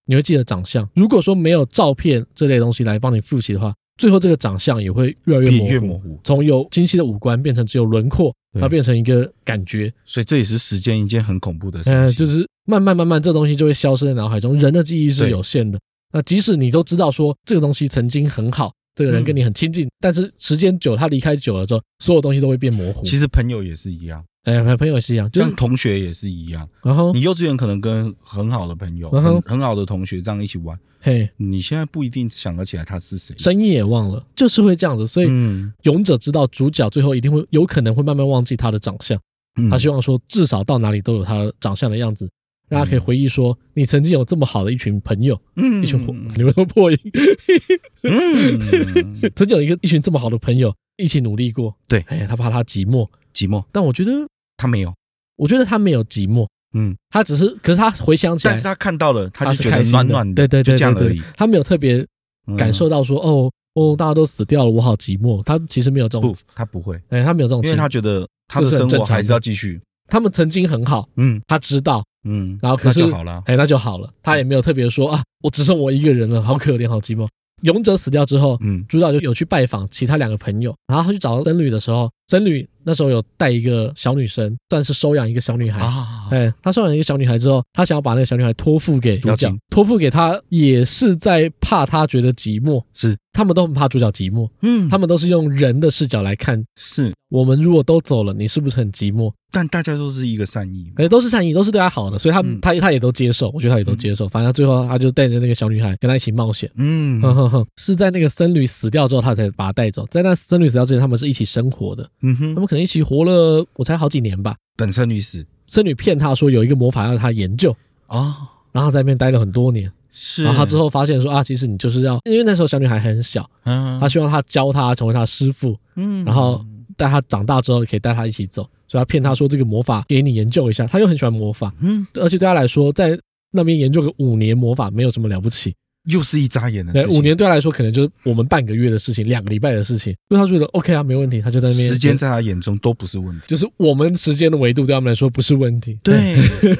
S1: 你会记得长相。如果说没有照片这类东西来帮你复习的话，最后这个长相也会越来越
S2: 比
S1: 模糊，
S2: 越模糊，
S1: 从有清晰的五官变成只有轮廓，然
S2: 对
S1: 后变成一个感觉，
S2: 所以这也是时间一件很恐怖的事情。
S1: 嗯、就是慢慢慢慢，这东西就会消失在脑海中。人的记忆是有限的，那即使你都知道说这个东西曾经很好，这个人跟你很亲近，但是时间久，他离开久了之后，所有东西都会变模糊。
S2: 其实朋友也是一样，
S1: 哎、朋友也是一样，就
S2: 像
S1: 是
S2: 同学也是一样。
S1: 然后
S2: 你幼稚园可能跟很好的朋友、
S1: 嗯哼
S2: 很很好的同学这样一起玩，
S1: 嘿，
S2: 你现在不一定想得起来他是谁。
S1: 声音也忘了，就是会这样子。所以
S2: 嗯，
S1: 勇者知道主角最后一定会有可能会慢慢忘记他的长相，
S2: 嗯
S1: 他希望说至少到哪里都有他的长相的样子。让他可以回忆说，你曾经有这么好的一群朋友，
S2: 嗯
S1: 一群伙，你们都破音，
S2: 嗯，
S1: 曾经有一个一群这么好的朋友一起努力过，
S2: 对
S1: 哎，他怕他寂寞，
S2: 寂寞
S1: 但我觉得，
S2: 他没有，
S1: 我觉得他没有寂寞，
S2: 嗯，
S1: 他只是，可是他回想起来，
S2: 但是他看到了，他
S1: 他
S2: 就是觉
S1: 开
S2: 得
S1: 心
S2: 暖暖
S1: 的，对对
S2: 就
S1: 对
S2: 这样而
S1: 对
S2: 已
S1: 对。，他没有特别
S2: 嗯
S1: 感受到说，哦哦，大家都死掉了，我好寂寞，他其实没有这种
S2: 不，，他不会，
S1: 哎，他没有这种
S2: 因
S1: 情绪，
S2: 为他觉得他的
S1: 这是很
S2: 生
S1: 正
S2: 活
S1: 常的
S2: 还是要继续。
S1: 他们曾经很好，
S2: 嗯
S1: 他知道，
S2: 嗯，
S1: 然后可
S2: 那
S1: 是
S2: 就好了。
S1: 哎，那就好了，他也没有特别说啊，我只剩我一个人了，好可怜，好寂寞。勇者死掉之后，
S2: 嗯
S1: 主角就有去拜访其他两个朋友，然后他去找僧侣的时候，僧侣那时候有带一个小女生，算是收养一个小女孩。
S2: 啊，
S1: 哎，他收养一个小女孩之后，他想要把那个小女孩托付给主
S2: 妖
S1: 角
S2: 精，
S1: 托付给他也是在怕他觉得寂寞。
S2: 是，
S1: 他们都很怕主角寂寞，
S2: 嗯，
S1: 他
S2: 们
S1: 们都是用人的视角来看。
S2: 是，
S1: 我们如果都走了，你是不是很寂寞？
S2: 但大家都是一个善意嘛。
S1: 哎，都是善意，都是对他好的，所以他、
S2: 嗯
S1: 他他也都接受，我觉得他也都接受。反正最后他就带着那个小女孩跟他一起冒险。
S2: 嗯
S1: 哼哼哼，是在那个僧侣死掉之后，他才把他带走。在那僧侣死掉之前，他们是一起生活的，
S2: 嗯
S1: 他
S2: 哼，
S1: 们可能一起活了，我猜好几年吧。
S2: 等生女死
S1: 僧侣骗他说有一个魔法要他研究，
S2: 哦，
S1: 然后他在那边待了很多年。
S2: 是。
S1: 然后他之，后发现说啊，其实你就是要，因为那时候小女孩很小，
S2: 嗯，
S1: 他希望他教她成为她师傅，
S2: 嗯，
S1: 然后带她长大之后可以带她一起走，所以他骗她说这个魔法给你研究一下，他又很喜欢魔法，
S2: 嗯，
S1: 而且对他来说，在那边研究个五年魔法没有什么了不起，
S2: 又是一眨眼的
S1: 对
S2: 事，情。
S1: 五年对他来说可能就是我们半个月的事情，两个礼拜的事情，所以他觉得 OK 啊，没问题，他就在那边
S2: 时间在他眼中都不是问题。
S1: 就是我们时间的维度对他们来说不是问题，，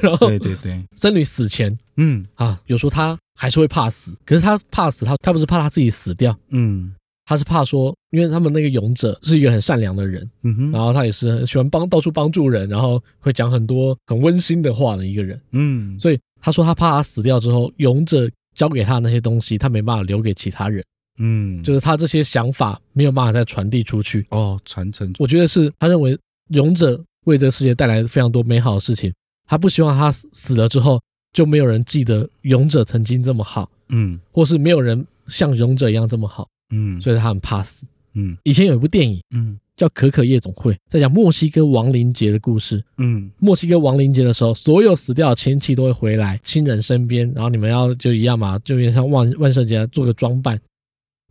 S1: 然后
S2: 对对对，
S1: 僧侣死前
S2: 嗯
S1: 啊，有时候他还是会怕死，可是他怕死，他他不是怕他自己死掉。
S2: 嗯
S1: 他是怕说，因为他们那个勇者是一个很善良的人，
S2: 嗯哼，
S1: 然后他也是很喜欢帮到处帮助人，然后会讲很多很温馨的话的一个人，
S2: 嗯，
S1: 所以他说他怕他死掉之后，勇者交给他的那些东西，他没办法留给其他人，
S2: 嗯，
S1: 就是他这些想法没有办法再传递出去。
S2: 哦，传承
S1: 我觉得是他认为勇者为这个世界带来非常多美好的事情，他不希望他死死了之后就没有人记得勇者曾经这么好，
S2: 嗯
S1: 或是没有人像勇者一样这么好，
S2: 嗯，
S1: 所以他很怕死。
S2: 嗯
S1: 以前有一部电影。
S2: 嗯
S1: 叫《可可夜总会》，在讲墨西哥亡灵节的故事。
S2: 嗯
S1: 墨西哥亡灵节的时候，所有死掉的亲戚都会回来亲人身边，然后你们要就一样嘛，就有点像万万圣节做个装扮，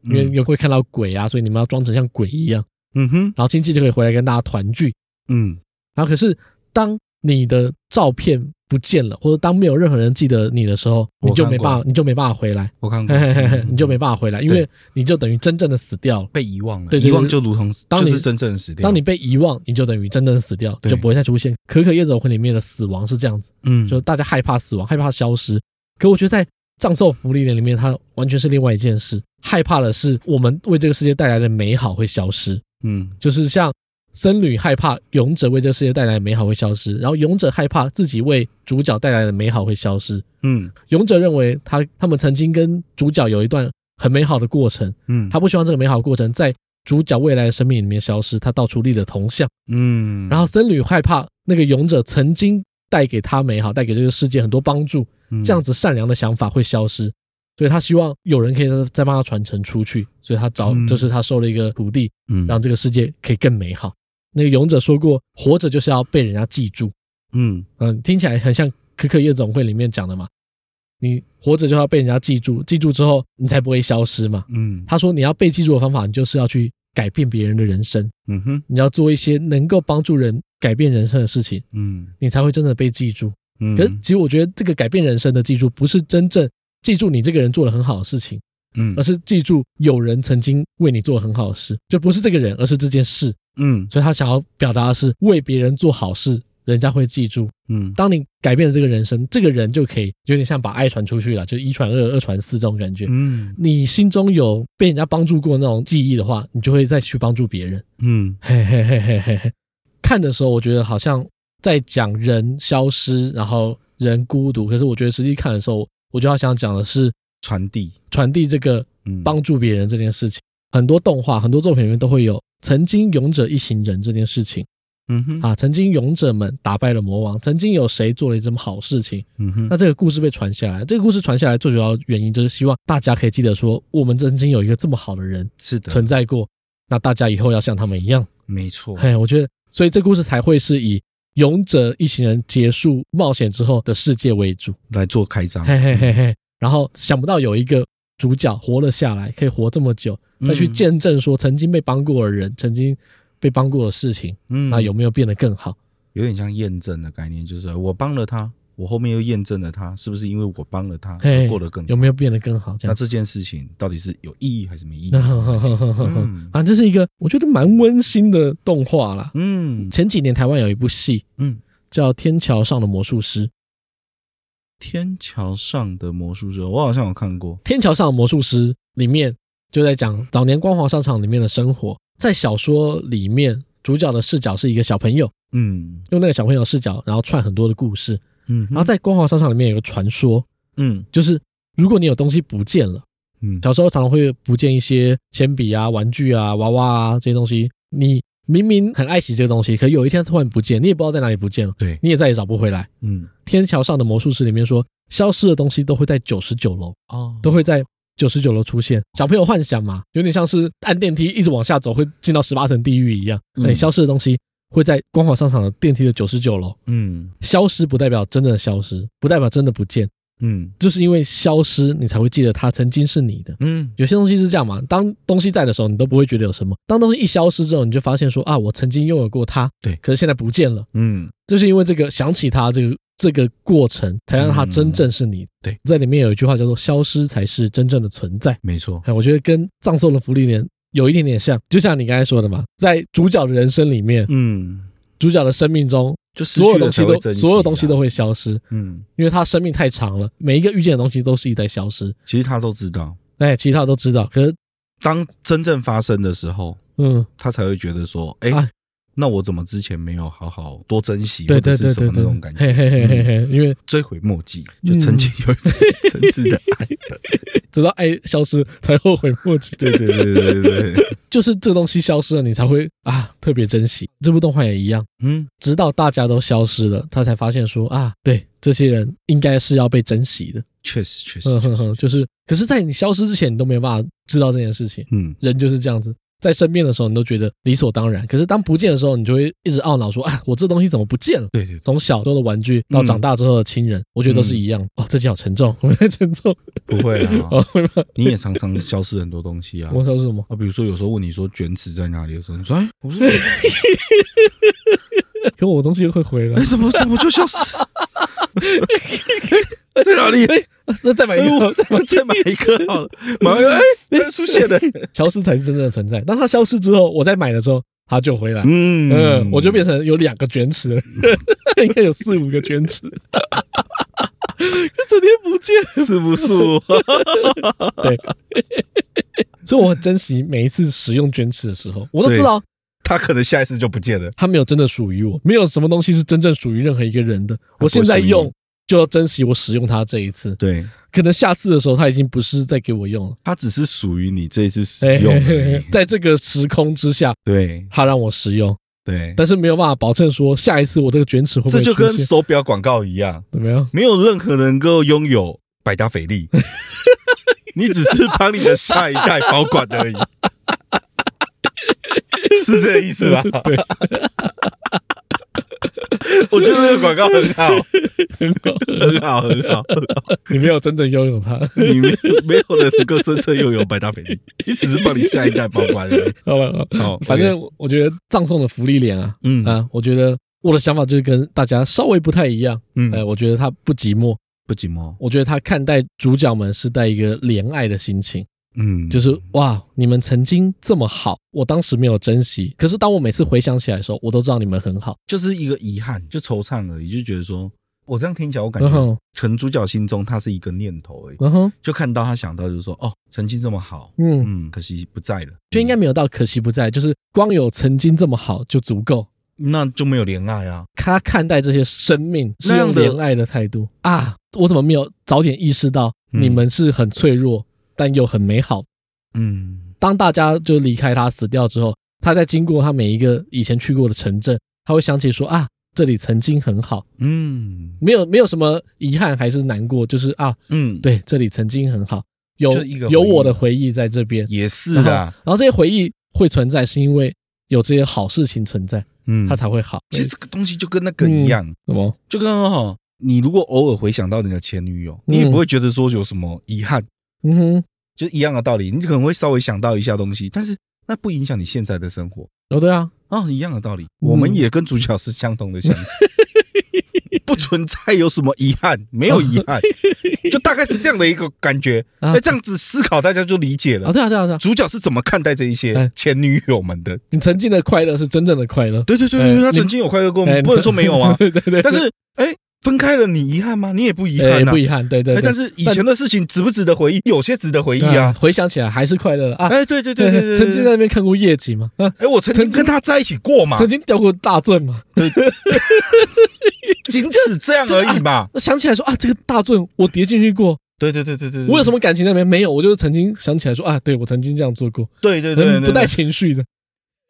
S1: 因为有会看到鬼啊，所以你们要装成像鬼一样，
S2: 嗯哼，
S1: 然后亲戚就可以回来跟大家团聚。
S2: 嗯
S1: 然后可是当你的照片不见了，或者当没有任何人记得你的时候，
S2: 我
S1: 你就
S2: 看
S1: 没
S2: 过
S1: 办法，你就没办法回来，
S2: 我看过嗯
S1: 嘿嘿嘿嘿，你就没
S2: 被
S1: 办法回来，因
S2: 对
S1: 为你就等于真正的死掉了。
S2: 被遗忘了，
S1: 对对对
S2: 遗忘就如同
S1: 当
S2: 就
S1: 你
S2: 是真正的死掉。
S1: 当你被遗忘，你就等于真正死掉，
S2: 对
S1: 就不会再出现。可可夜总会里面的死亡是这样子，
S2: 嗯
S1: 就是大家害怕死亡，害怕消失。可我觉得在葬送福利点里面，它完全是另外一件事。害怕的是我们为这个世界带来的美好会消失，
S2: 嗯
S1: 就是像僧侣害怕勇者为这个世界带来的美好会消失，然后勇者害怕自己为主角带来的美好会消失。
S2: 嗯
S1: 勇者认为他他们曾经跟主角有一段很美好的过程，
S2: 嗯，
S1: 他不希望这个美好的过程在主角未来的生命里面消失，他到处立了铜像。
S2: 嗯，
S1: 然后僧侣害怕那个勇者曾经带给他美好，带给这个世界很多帮助，
S2: 嗯
S1: 这样子善良的想法会消失，所以他希望有人可以再帮他传承出去，所以他找
S2: 嗯
S1: 就是他收了一个徒弟，
S2: 嗯
S1: 让这个世界可以更美好。那个勇者说过，活着就是要被人家记住，
S2: 嗯
S1: 嗯，听起来很像《可可夜总会》里面讲的嘛，你活着就要被人家记住，记住之后你才不会消失嘛。
S2: 嗯
S1: 他说你要被记住的方法，你就是要去改变别人的人生。
S2: 嗯哼
S1: 你要做一些能够帮助人改变人生的事情，
S2: 嗯
S1: 你才会真的被记住。
S2: 嗯，
S1: 可是，其实我觉得这个改变人生的记住，不是真正记住你这个人做了很好的事情，
S2: 嗯
S1: 而是记住有人曾经为你做了很好的事，就不是这个人，而是这件事。
S2: 嗯
S1: 所以他想要表达的是，为别人做好事，人家会记住。
S2: 嗯
S1: 当你改变了这个人生，这个人就可以有点像把爱传出去了，就是一传二，二传四这种感觉。
S2: 嗯
S1: 你心中有被人家帮助过那种记忆的话，你就会再去帮助别人。
S2: 嗯
S1: 嘿嘿嘿嘿嘿，嘿，看的时候我觉得好像在讲人消失，然后人孤独，可是我觉得实际看的时候，我就要想讲的是
S2: 传递
S1: 传递这个
S2: 嗯
S1: 帮助别人这件事情。很多动画、很多作品里面都会有曾经勇者一行人这件事情
S2: 嗯哼
S1: 啊，曾经勇者们打败了魔王，曾经有谁做了一件好事情，
S2: 嗯哼
S1: 那这个故事被传下来，这个故事传下来最主要原因就是希望大家可以记得说，我们曾经有一个这么好的人
S2: 是的
S1: 存，在过，那大家以后要像他们一样。
S2: 没错，
S1: 嘿，我觉得，所以这故事才会是以勇者一行人结束冒险之后的世界为主。
S2: 来做开张，
S1: 嘿嘿嘿嘿，然后想不到有一个主角活了下来，可以活这么久，再去
S2: 嗯
S1: 见证说曾经被帮过的人，曾经被帮过的事情，
S2: 嗯
S1: 那有没有变得更好？
S2: 有点像验证的概念，就是呃我帮了他，我后面又验证了他，是不是因为我帮了他
S1: 嘿
S2: 而过得更
S1: 有没有变得更好？这
S2: 那
S1: 样。
S2: 这件事情到底是有意义还是没意义？嗯
S1: 啊，这是一个我觉得蛮温馨的动画啦。
S2: 嗯
S1: 前几年台湾有一部戏
S2: 嗯，
S1: 叫《天桥上的魔术师》，《
S2: 天桥上的魔术师，我好像有看过。
S1: 天桥上的魔术师》里面就在讲早年光华商场里面的生活。在小说里面，主角的视角是一个小朋友，
S2: 嗯
S1: 用那个小朋友的视角，然后串很多的故事。
S2: 嗯，
S1: 然后在光华商场里面有个传说，
S2: 嗯
S1: 就是如果你有东西不见了，
S2: 嗯
S1: 小时候常常会不见一些铅笔啊、玩具啊、娃娃啊这些东西，你明明很爱惜这个东西，可有一天突然不见，你也不知道在哪里不见了，
S2: 对
S1: 你也再也找不回来。
S2: 嗯
S1: 天桥上的魔术师里面说，消失的东西都会在九十九楼。
S2: 哦
S1: 都会在九十九楼出现。小朋友幻想嘛，有点像是按电梯一直往下走会进到十八层地狱一样。
S2: 嗯
S1: 那你消失的东西会在光华商场的电梯的九十九楼
S2: 嗯
S1: 消失，不代表真的消失，不代表真的不见，
S2: 嗯
S1: 就是因为消失，你才会记得它曾经是你的。
S2: 嗯
S1: 有些东西是这样嘛，当东西在的时候，你都不会觉得有什么；当东西一消失之后，你就发现说啊，我曾经拥有过它，
S2: 对
S1: 可是现在不见了。
S2: 嗯
S1: 就是因为这个想起它这个这个过程，才让它真正是你。
S2: 嗯对，
S1: 在里面有一句话叫做“消失才是真正的存在”。
S2: 没错，
S1: 哎，我觉得跟葬送的福利莲有一点点像，就像你刚才说的嘛，在主角的人生里面，
S2: 嗯，
S1: 主角的生命中，
S2: 就失
S1: 所有
S2: 去
S1: 东
S2: 了
S1: 西
S2: 才会
S1: 都
S2: 珍惜，啊
S1: 所有东西都，会消失，
S2: 嗯，
S1: 因为他生命太长了，每一个遇见的东西都是一直在消失。
S2: 其实他都知道，
S1: 哎，其他的都知道，可是，
S2: 当真正发生的时候，
S1: 嗯，
S2: 他才会觉得说，哎、
S1: 哎
S2: 那我怎么之前没有好好多珍惜，
S1: 对对
S2: 或者
S1: 对
S2: 是什
S1: 对
S2: 么那
S1: 对
S2: 种感，觉？嗯
S1: 嘿嘿嗯嘿嘿嘿，因为
S2: 追悔莫及，就曾经有一 份真挚的爱。
S1: 直到爱消失才后悔莫及，
S2: 对对对对对对，
S1: 就是这个东西消失了，你才会啊特别珍惜。这部动画也一样，
S2: 嗯
S1: 直到大家都消失了，他才发现说啊，对，这些人应该是要被珍惜的。
S2: 确实确实
S1: 嗯
S2: 确
S1: 哼哼，
S2: 实，
S1: 就是，可是，在你消失之前，你都没有办法知道这件事情。
S2: 嗯
S1: 人就是这样子，在身边的时候，你都觉得理所当然。可是当不见的时候，你就会一直懊恼说：“哎，我这东西怎么不见了
S2: 对对？”，
S1: 从小时候的玩具到长大之后的亲人，我觉得都是一样。哦，这集好沉重，我们太沉重
S2: 对不会啊，
S1: 哦，会吗？
S2: 你也常常消失很多东西啊。
S1: 我说是什么？
S2: 啊，比如说有时候问你说卷尺在哪里的时候，你说哎，我说哎
S1: 可我东西又会回来，
S2: 怎哎么怎么就消失？哎在哪里？
S1: 那再买一
S2: 哎，我
S1: 个，再买
S2: 我再买一个好了，买完哎，哎出现了，
S1: 消失才是真正的存在。当它消失之后，我再买的时候，它就回来。
S2: 嗯
S1: 嗯，我就变成有两个卷尺了， 应该有四五个卷尺。 整天不见，
S2: 是不是我？
S1: 对，所以我很珍惜每一次使用卷尺的时候，我都知道
S2: 他可能下一次就不见了。
S1: 它没有真的属于我，没有什么东西是真正属于任何一个人的。我现在用就要珍惜我使用它这一次，
S2: 对，
S1: 可能下次的时候它已经不是在给我用了。
S2: 它只是属于你这一次使
S1: 哎
S2: 用而已。
S1: 在这个时空之下，
S2: 对
S1: 它让我使用，
S2: 对，
S1: 但是没有办法保证说下一次我这个卷尺会不
S2: 这
S1: 会
S2: 就跟
S1: 出现
S2: 手表广告一样，
S1: 怎么样？
S2: 没有任何人能够拥有百达翡丽，你只是帮你的下一代保管 而已，是这个意思吧？
S1: 对，
S2: 我觉得这个广告很好，很好，很 好。
S1: 你没有真正拥有它。
S2: 你没有没有人能够真正拥有百达翡丽，你只是帮你下一代保管而已。
S1: 好了，
S2: 好
S1: 反正我觉得葬送的福利脸啊，
S2: 嗯
S1: 啊，我觉得我的想法就是跟大家稍微不太一样。哎，
S2: 嗯，
S1: 我觉得他不寂寞，
S2: 不寂寞。
S1: 我觉得他看待主角们是带一个怜爱的心情，
S2: 嗯，
S1: 就是哇，你们曾经这么好，我当时没有珍惜，可是当我每次回想起来的时候，我都知道你们很好。
S2: 就是一个遗憾，就惆怅而已，就觉得说，我这样听起来，我感
S1: 然
S2: 觉
S1: 后，
S2: 可能主角心中他是一个念头而已，
S1: 然后，
S2: 就看到他想到就是说，哦，曾经这么好，
S1: 嗯，
S2: 嗯，可惜不在了，
S1: 就应该没有到可惜不在，就是光有曾经这么好就足够。
S2: 嗯那就没有恋爱啊，
S1: 他看待这些生命是
S2: 那样
S1: 用
S2: 的
S1: 怜爱的态度啊！我怎么没有早点意识到
S2: 嗯
S1: 你们是很脆弱，但又很美好？
S2: 嗯
S1: 当大家就离开他死掉之后，他在经过他每一个以前去过的城镇，他会想起说啊，这里曾经很好，
S2: 嗯
S1: 没有没有什么遗憾还是难过，就是啊，
S2: 嗯，，
S1: 对，这里曾经很好，有
S2: 就一个回忆
S1: 有我的回忆在这边，
S2: 也是啊啦，
S1: 然后这些回忆会存在，是因为有这些好事情存在，
S2: 嗯，
S1: 它才会嗯好。
S2: 其实这个东西就跟那个一样，
S1: 什么？
S2: 就跟哦，你如果偶尔回想到你的前女友，你也
S1: 嗯
S2: 不会觉得说有什么遗憾，
S1: 嗯哼，
S2: 就一样的道理，你可能会稍微想到一下东西，但是那不影响你现在的生活。
S1: 哦对啊，
S2: 哦，一样的道理，
S1: 嗯
S2: 我们也跟主角是相同的想法，不存在有什么遗憾，没有遗 憾，就大概是这样的一个感觉。
S1: 啊
S2: 那这样子思考，大家就理解
S1: 啊
S2: 了
S1: 对啊对啊对啊，
S2: 主角是怎么看待这一些
S1: 哎
S2: 前女友们的。
S1: 你曾经的快乐是真正的快乐。
S2: 对对对
S1: 哎
S2: 对，他
S1: 你
S2: 曾经有快乐过我
S1: 哎
S2: 们，不能说没有啊
S1: 。对对对，
S2: 但是，哎，分开了你遗憾吗？你也不遗
S1: 哎
S2: 憾啊
S1: 不。遗憾，对对
S2: 哎
S1: 对。
S2: 但是以前的事情值不值得回忆？有些值得回忆
S1: 对
S2: 啊。
S1: 回想起来还是快乐的啊。
S2: 哎，对对对对对，
S1: 曾经在
S2: 的
S1: 那边看过夜景嘛，啊，
S2: 哎，我曾经跟他在一起过嘛
S1: 曾，经掉过大圳嘛，
S2: 仅此这样而已嘛。
S1: 想起来说啊，这个大圳我跌进去过，
S2: 对对对对对，对
S1: 我有什么感情在那边没有？我就是曾经想起来说啊，对我曾经这样做过，
S2: 对对对对，对
S1: 不带情绪的，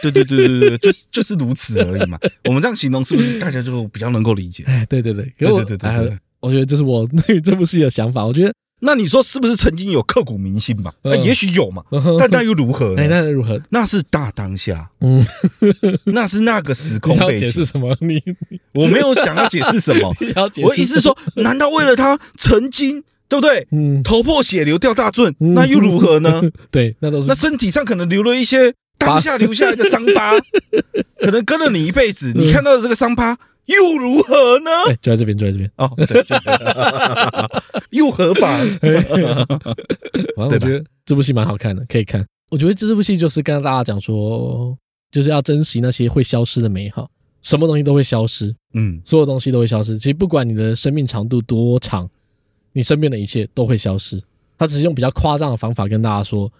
S2: 对 对对对对，对就就是如此而已嘛。我们这样形容 是不是大家就比较能够理解？
S1: 哎，对对对，可
S2: 对
S1: 是我
S2: 对对对对
S1: 哎
S2: 对。
S1: 我觉得这是我对于这部戏的想法，我觉得，
S2: 那你说是不是曾经有刻骨铭心嘛？
S1: 嗯
S2: 呃也许有嘛，
S1: 嗯哼
S2: 但那又如何
S1: 哎，
S2: 呢？
S1: 那如何？
S2: 那是大当下，
S1: 嗯，
S2: 那是那个时
S1: 你
S2: 空
S1: 想要
S2: 背
S1: 解释
S2: 景。
S1: 什么？ 你
S2: 我没有想要解释什么，
S1: 你想要 解释？
S2: 我的意思是，说，难道为了他曾经对不对
S1: 嗯，
S2: 头破血流掉大圳，
S1: 嗯
S2: 那又如何呢？
S1: 对，那都是
S2: 那身体上可能留了一些当下留下来的伤 疤，可能跟了你一辈
S1: 嗯
S2: 子。你看到的这个伤疤又如何呢？
S1: 哎，就在这边，就在这边。
S2: 哦，对，就 又何妨？
S1: 反正哎
S2: 对
S1: 我觉
S2: 吧
S1: 得这部戏蛮好看的，可以看。我觉得这部戏就是跟大家讲说，就是要珍惜那些会消失的美好，什么东西都会消失，
S2: 嗯，
S1: 所有东西都会消失。其实不管你的生命长度多长，你身边的一切都会消失。他只是用比较夸张的方法跟大家说，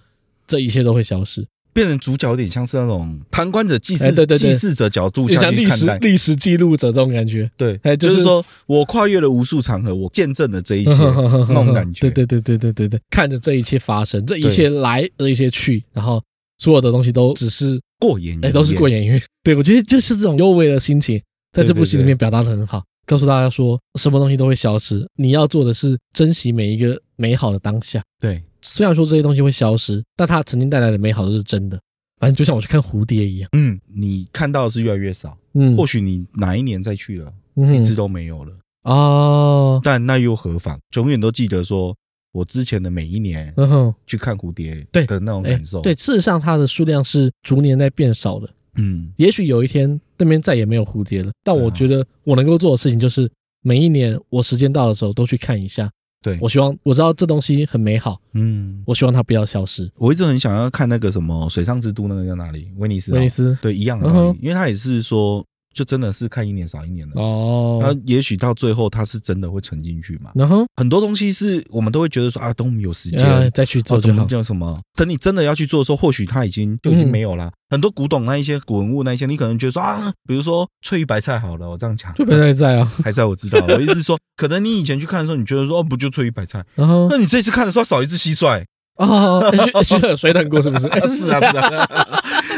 S1: 这一切都会消失。
S2: 变成主角有点像是那种旁观者、祭祀、
S1: 哎对哎对对
S2: 祭祀者角度
S1: 就
S2: 下
S1: 像
S2: 去
S1: 历
S2: 看
S1: 史
S2: 待。
S1: 历史记录者这种感觉，
S2: 对，
S1: 哎就
S2: 就是是说我跨越了无数场合，我见证了 这一切那种感觉。
S1: 对对对对对对对，看着这一切发生，这一
S2: 对
S1: 切来，这一切去，然后所有的东西都只是
S2: 过眼云
S1: 哎、
S2: 烟
S1: 都是过。眼云烟。对，我觉得就是这种幽微的心情，在这部戏里面表达的很好，告诉大家说什么东西都会消失，你要做的是珍惜每一个美好的当下。
S2: 对，
S1: 虽然说这些东西会消失，但它曾经带来的美好都是真的。反正就像我去看蝴蝶一样，
S2: 嗯，你看到的是越来越少，
S1: 嗯，
S2: 或许你哪一年再去了，一直
S1: 嗯
S2: 都没有了，
S1: 哦，
S2: 但那又何妨？永远都记得说我之前的每一年
S1: 嗯哼，
S2: 去看蝴蝶
S1: 对
S2: 的那种
S1: 哎
S2: 感受，，
S1: 对，事实上它的数量是逐年在变少的，
S2: 嗯，
S1: 也许有一天那边再也没有蝴蝶了，但
S2: 对啊
S1: 我觉得我能够做的事情就是每一年我时间到的时候都去看一下。
S2: 对
S1: 我希望我知道这东西很美好，
S2: 嗯，
S1: 我希望它不要消失。
S2: 我一直很想要看那个什么水上之都，那个叫哪里？威尼斯啊，
S1: 威尼斯
S2: 对，一样的
S1: 嗯
S2: 道
S1: 哼
S2: 理，因为他也是说，就真的是看一年少一年的。那
S1: 哦，
S2: 也许到最后，他是真的会沉进去嘛？
S1: 然后
S2: 很多东西是我们都会觉得说啊，等我们有时间，
S1: 啊再去
S2: 哦，
S1: 做
S2: 怎
S1: 就
S2: 么
S1: 好。嗯
S2: 叫什么？等你真的要去做的时候，或许它已经就已经没有了。很多古董那一些古文物那一些，你可能觉得说啊，比如说翠玉白菜好了，我这样讲，
S1: 就不太在啊，
S2: 还在我知道，我意思是说，可能你以前去看的时候，你觉得说哦，不就翠玉白菜，
S1: 然后
S2: 那你这次看的时候少一只蟋蟀，
S1: 哦， 哎徐徐有水等过是不是？哎
S2: 啊 是啊是啊，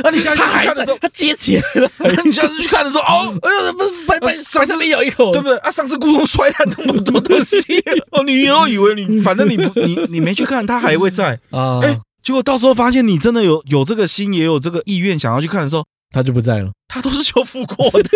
S2: 那你下次
S1: 他
S2: 去
S1: 还
S2: 看的
S1: 在
S2: 时候，
S1: 他接起来了，
S2: 你下次去看的时候，哦，
S1: 哎呦，不是白白
S2: 呃上
S1: 白
S2: 次
S1: 上面咬一口，
S2: 对不对啊？上次故宫摔烂那么多东西，哦，你又以为你反正你不你你没去看，它还会在，
S1: 啊？
S2: 哎，结果到时候发现你真的有有这个心，也有这个意愿想要去看的时候，
S1: 他就不在了。
S2: 它都是修复过的，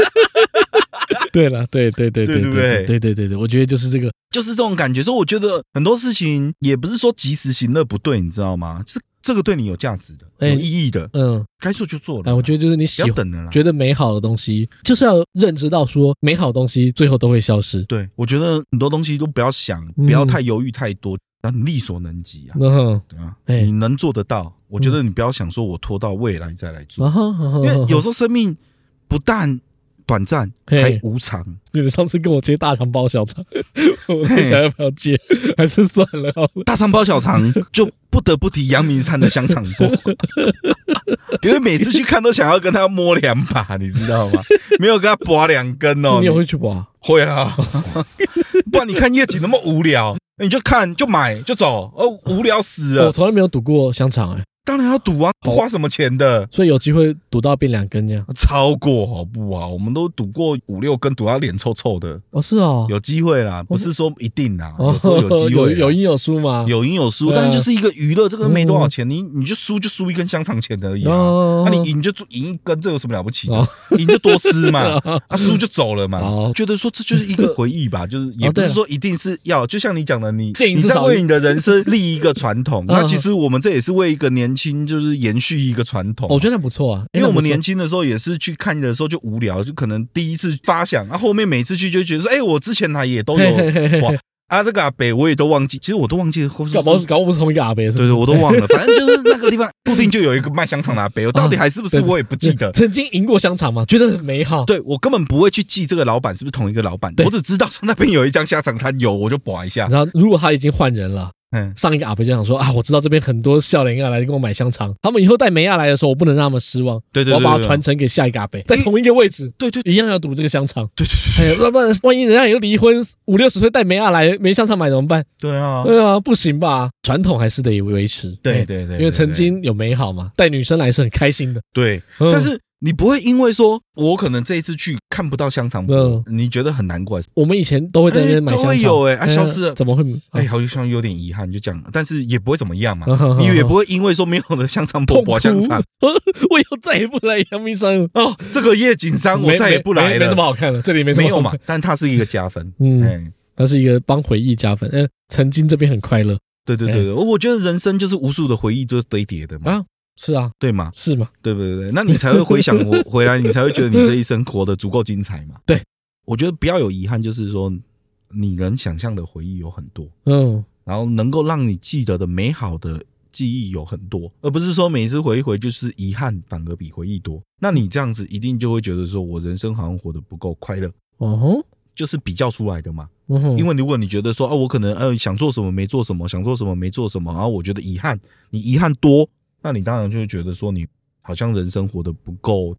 S1: 对了，对对对
S2: 对
S1: 对
S2: 对不对
S1: 对对对对，我觉得就是这个，
S2: 就是这种感觉。所以我觉得很多事情也不是说及时行乐不对，你知道吗？是这个对你有价值的、
S1: 哎
S2: 有意义的，
S1: 嗯，
S2: 该做就做了。
S1: 哎，我觉得就是你喜
S2: 不要
S1: 欢。
S2: 等了啦。
S1: 觉得美好的东西，就是要认知到说，美好的东西最后都会消失。
S2: 对，我觉得很多东西都不要想，
S1: 嗯
S2: 不要太犹豫太多，然后你力所能及啊，
S1: 嗯哼，
S2: 对啊，
S1: 哎嗯
S2: 你能做得到，我觉得你不要想说我拖到未来再来做，
S1: 然后然后
S2: 因为有时候生命不但短暂，
S1: 嘿
S2: 还无常。
S1: 你们上次跟我接大肠包小肠， 我在想要不要接，还是算了好了。
S2: 大肠包小 肠就不得不提阳明山的香肠锅， 因为每次去看都想要跟他摸两把，你知道吗？没有跟他拔两根哦，
S1: 你也
S2: 你
S1: 会去拔？
S2: 会啊，不然你看夜景那么无聊，你就看就买就走，哦，无聊死
S1: 我
S2: 了。
S1: 从来没有赌过香肠哎，
S2: 当然要赌啊，不花什么钱的，
S1: 所以有机会赌到变两根这样。
S2: 超过好不好？我们都赌过五六根，赌到脸臭臭的，
S1: 哦，是哦，
S2: 有机会啦，不是说一定啦，有
S1: 哦
S2: 时候有机会啦，啊
S1: 有赢有输嘛？
S2: 有赢有输，
S1: 对啊
S2: 但就是一个娱乐，这个没多少钱，你你就输就输一根香肠钱而已啊。
S1: 哦，
S2: 那、你赢就赢一根，这有什么了不起的
S1: 哦？
S2: 赢、就多 撕嘛，啊输就走了嘛。
S1: 哦
S2: 觉得说这就是一 个回忆吧，就是也
S1: 哦
S2: 不
S1: 对
S2: 是
S1: 了
S2: 说一定是要，就像你讲的，你
S1: 见一
S2: 你
S1: 次
S2: 在
S1: 少一
S2: 为你的人生立一个 传统。那
S1: 嗯
S2: 其实我们这也是为一个年轻，就是延续一个传统。
S1: 我觉得那不错啊，
S2: 因为我们
S1: 那
S2: 年
S1: 不错
S2: 轻的时候也是去看的时候就无聊，就可能第一次发想，啊后面每次去就觉得说，哎、我之前来也都有
S1: 嘿嘿嘿嘿
S2: 哇啊这个阿北我也都忘记，其实我都忘记了，或是
S1: 搞不好搞不好是同一个阿伯是吧？
S2: 对对，我都忘了，反正就是那个 地方固定就有一个卖香肠的阿伯，我到底还是
S1: 嗯
S2: 不是我也不记得。
S1: 曾经赢过香肠嘛，觉得很美好。
S2: 对，我根本不会去记这个老板是不是同一个老板，
S1: 哦对
S2: 我只知道说那边有一家香肠摊有，我就拔一下。
S1: 然后如果他已经换人了。
S2: 嗯，
S1: 上一个阿伯就想说啊，我知道这边很多笑脸亚来跟我买香肠，他们以后带梅亚来的时候，我不能让他们失望，
S2: 对对对
S1: 我要把它
S2: 对
S1: 传 承给下一个阿伯，在同一个位置。
S2: 对对
S1: 一样要赌这个香肠，
S2: 对对
S1: 哎呀，要不然万一人家又离婚，五六十岁带梅亚来没香肠买怎么办？
S2: 对啊，
S1: 对啊，不行吧？传统还是得维持。
S2: 对
S1: 哎
S2: 对对，
S1: 因为
S2: 对
S1: 曾经有美好嘛，带女生来是很开心的。
S2: 对，
S1: 嗯
S2: 但是你不会因为说我可能这一次去看不到香肠
S1: 嗯
S2: 博，你觉得很难过，
S1: 我们以前都会在那边买香肠，
S2: 哎都会有哎啊
S1: 呀
S2: 消失了
S1: 怎么会？
S2: 哎，好像有点遗憾，就这样，但是也不会怎么样嘛
S1: 嗯哼，
S2: 你也
S1: 哼
S2: 不会因为说没有了香肠博
S1: 痛
S2: 博
S1: 苦
S2: 香肠，
S1: 我以后再也不来阳明山了，哦
S2: 哦，这个夜景山我
S1: 没
S2: 再也不来
S1: 没没没什么
S2: 了，
S1: 好看的，这里没什么
S2: 没
S1: 好
S2: 有嘛
S1: 看，
S2: 但它是一个加分，
S1: 嗯
S2: 哎，
S1: 它是一个帮回忆加分。嗯、曾经这边很快乐
S2: 对对对，对我觉得人生就是无数的回忆就是堆叠的嘛，
S1: 哎啊，是啊，
S2: 对嘛，
S1: 是吗？
S2: 对不对对？那你才会回想我回来，你才会觉得你这一生活得足够精彩嘛。
S1: 对，
S2: 我觉得不要有遗憾，就是说你能想象的回忆有很多，
S1: 嗯，
S2: 然后能够让你记得的美好的记忆有很多，而不是说每一次回一回就是遗憾，反而比回忆多。那你这样子一定就会觉得说我人生好像活得不够快乐，
S1: 哦吼，
S2: 就是比较出来的嘛。
S1: 嗯哼，
S2: 因为如果你觉得说，哦、我可能呃想做什么没做什么，想做什么没做什么，然后我觉得遗憾，你遗憾多，那你当然就会觉得说你好像人生活得不够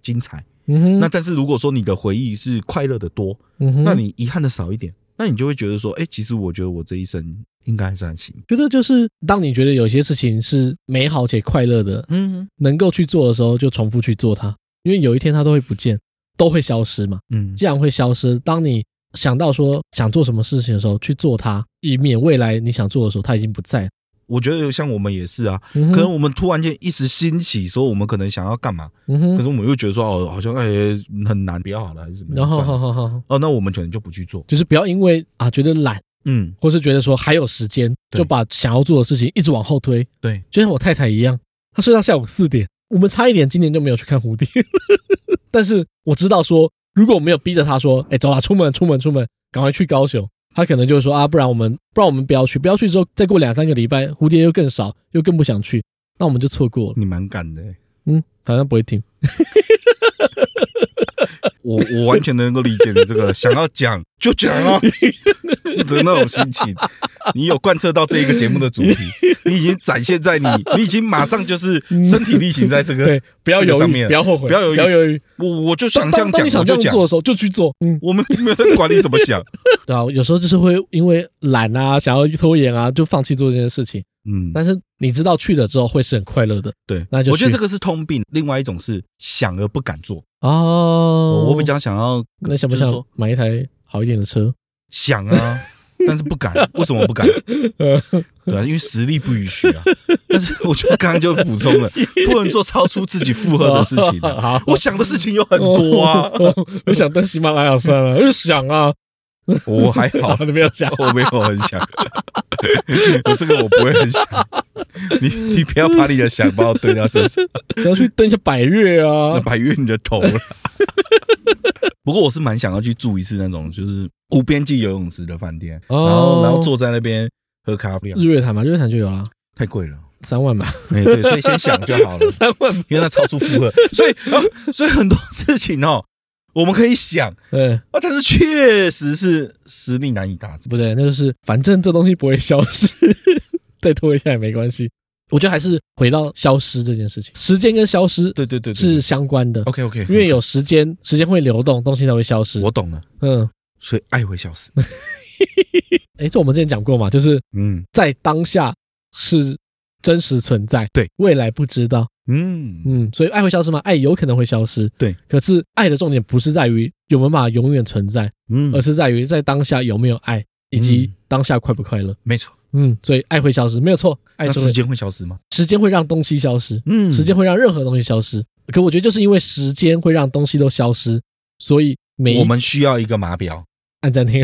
S2: 精彩。
S1: 嗯哼，
S2: 那但是如果说你的回忆是快乐的多，
S1: 嗯哼，
S2: 那你遗憾的少一点，那你就会觉得说，哎、其实我觉得我这一生应该还算行。
S1: 觉得就是当你觉得有些事情是美好且快乐的，
S2: 嗯
S1: 能够去做的时候，就重复去做它，因为有一天它都会不见，都会消失嘛。
S2: 嗯
S1: 既然会消失，当你想到说想做什么事情的时候，去做它，以免未来你想做的时候它已经不在了。
S2: 我觉得像我们也是啊，
S1: 嗯哼
S2: 可能我们突然间一时兴起，说我们可能想要干嘛，
S1: 嗯
S2: 可
S1: 哼，
S2: 是我们又觉得说哦，好像哎很难，不要好了，还是怎么样？
S1: 然后
S2: 算了
S1: 好好好，
S2: 哦，那我们可能就不去做。
S1: 就是不要因为啊觉得懒，
S2: 嗯，
S1: 或是觉得说还有时间，
S2: 对
S1: 就把想要做的事情一直往后推。
S2: 对，
S1: 就像我太太一样，她睡到下午四点，我们差一点今年就没有去看蝴蝶。 但是我知道说，如果我没有逼着她说，哎，走啦，出门，出门，出门，赶快去高雄，她可能就会说啊，不然我们，不然我们不要去，不要去之后，再过两三个礼拜，蝴蝶又更少，又更不想去，那我们就错过了。
S2: 你蛮敢的欸、
S1: 嗯，反正不会听。
S2: 我我完全能够理解你这个想要讲就讲 啊的那种心情。你有贯彻到这一个节目的 主题，你已经展现在你，你已经马上就是身体力行在这个
S1: 对。，不要
S2: 这个
S1: 犹
S2: 上
S1: 豫，
S2: 面啊
S1: 不要后悔，
S2: 不要犹豫
S1: 不要犹豫。
S2: 我我就想
S1: 当
S2: 这样
S1: 当当你，
S2: 讲我
S1: 想这样
S2: 就讲
S1: 做，的时候，就去做。嗯，
S2: 我们没有在管你怎么 想。
S1: 对啊，有时候就是会因为懒啊，想要拖延啊，就放弃做这件事情。
S2: 嗯，
S1: 但是你知道去了之后会是很快乐的
S2: 对，
S1: 那就
S2: 我觉得
S1: 去
S2: 这个是通病。另外一种是想而不敢做。
S1: 哦
S2: 我比较想要
S1: 那想不
S2: 就是
S1: 想
S2: 说
S1: 买一台好一点的车？
S2: 想啊， 但是不敢。为什么不敢？
S1: 呃，
S2: 对啊，因为实力不允许啊。但是我觉得刚刚就 补充了，不能做超出自己负荷的事情啊、
S1: 哦好，
S2: 我想的事情有很多啊，
S1: 哦。 我想登喜马拉雅山了，我就想啊，
S2: 我还好。
S1: 好，，你没有想
S2: 我没有很想，我这个我不会很想。你你不要把你的想把我堆到身上，
S1: 想要去登一下百越
S2: 那
S1: 啊，
S2: 白月你的头了。不过我是蛮想要去住一次那种就是无边际游泳池的饭店，
S1: 哦
S2: 然后然后坐在那边喝咖啡，
S1: 日月潭嘛，日月潭就有啊，
S2: 太贵了。
S1: 三 万吧，
S2: 哎，对，所以先想就好了。
S1: 三万。
S2: 因为它超出负荷，所以啊，所以很多事情哦，我们可以想
S1: 对，
S2: 啊，但是确实是实力难以达成。
S1: 不对，那就是反正这东西不会消失， 再拖一下也没关系。我觉得还是回到消失这件事情，时间跟消失
S2: 对对对对
S1: 是相关的，
S2: ，OK OK，
S1: 因为有时间，时间会流动，东西才会消失
S2: 我。懂了，
S1: 嗯，
S2: 所以爱会 消失。
S1: 诶，这我们之前讲过嘛，就是
S2: 嗯
S1: 在当下是真实存在，
S2: 对，
S1: 未来不知道，
S2: 嗯，
S1: 嗯，所以爱会消失吗？爱有可能会消失，
S2: 对。
S1: 可是爱的重点不是在于有没有办法永远存在，
S2: 嗯
S1: 而是在于在当下有没有爱，以及
S2: 嗯
S1: 当下快不快乐。
S2: 没错。
S1: 嗯，所以爱会消失，没有错，爱
S2: 那
S1: 是
S2: 时
S1: 会
S2: 间会消失吗？
S1: 时间会让东西消失，
S2: 嗯
S1: 时间会让任何东西消失。可我觉得就是因为时间会让东西都消失，所以每一
S2: 我们需要一个 码表。
S1: 按暂 停。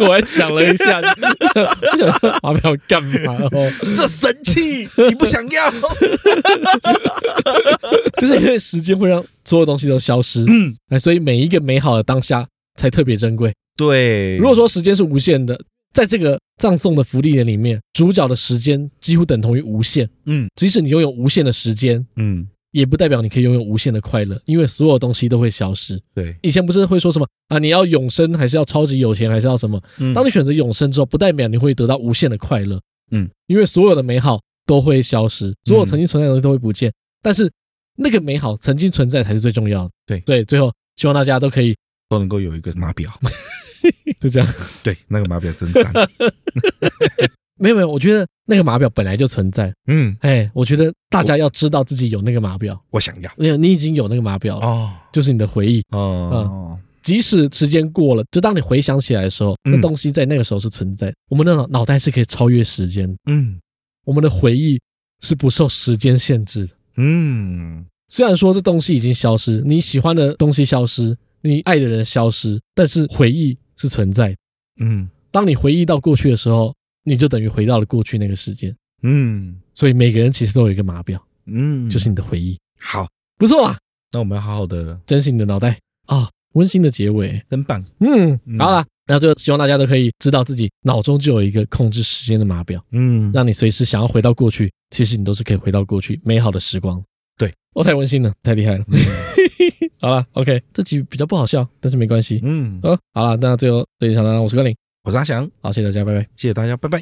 S1: 我还想了一下， 我想说马表干嘛哦？
S2: 这神器你不想 要？
S1: 就是因为时间会让所有东西都消失，
S2: 嗯，
S1: 哎，所以每一个美好的当下才特别珍贵。
S2: 对。
S1: 如果说时间是无限的，在这个葬送的福利人里面，主角的时间几乎等同于无限。
S2: 嗯
S1: 即使你拥有无限的时间，
S2: 嗯，
S1: 也不代表你可以拥有无限的快乐，因为所有东西都会消失。
S2: 对，
S1: 以前不是会说什么啊？你要永生，还是要超级有钱，还是要什么？
S2: 嗯
S1: 当你选择永生之后，不代表你会得到无限的快乐，
S2: 嗯，
S1: 因为所有的美好都会消失，所有曾经存在的东西都会不见，但是那个美好曾经存在才是最重要的。
S2: 对
S1: 对，最后希望大家都可以
S2: 都能够有一个码表。
S1: 就这样。
S2: 对，那个码表真赞。
S1: 没有没有，我觉得那个码表本来就存在，
S2: 嗯，
S1: 哎，我觉得大家要知道自己有那个码表，
S2: 我想要。
S1: 没有你已经有那个码表了，
S2: 哦
S1: 就是你的回忆。
S2: 哦，
S1: 即使时间过了，就当你回想起来的时候，
S2: 嗯
S1: 那东西在那个时候是存在。我们的脑脑袋是可以超越时间的，
S2: 嗯
S1: 我们的回忆是不受时间限制的。
S2: 嗯，
S1: 虽然说这东西已经消失，你喜欢的东西消失，你爱的人消失，但是回忆是存在的。
S2: 嗯
S1: 当你回忆到过去的时候，你就等于回到了过去那个时间。
S2: 嗯
S1: 所以每个人其实都有一个码表，
S2: 嗯，
S1: 就是你的回忆。
S2: 好。
S1: 不错啦，
S2: 那我们要好好的，
S1: 珍惜你的脑袋啊、温馨的结尾。
S2: 真棒。
S1: 嗯，
S2: 嗯
S1: 好啦，那最后希望大家都可以知道自己脑中就有一个控制时间的码表，
S2: 嗯
S1: 让你随时想要回到过去，其实你都是可以回到过去美好的时光。
S2: 对，嗯
S1: 哦，太温馨了，太厉害了。 好了，OK，这集比较不好笑，但是没关系。哦
S2: 嗯，
S1: 呃，好了，那最后这一场呢，我是关林，
S2: 我是阿翔，
S1: 好，谢谢大家，拜拜。
S2: 谢谢大家，拜拜。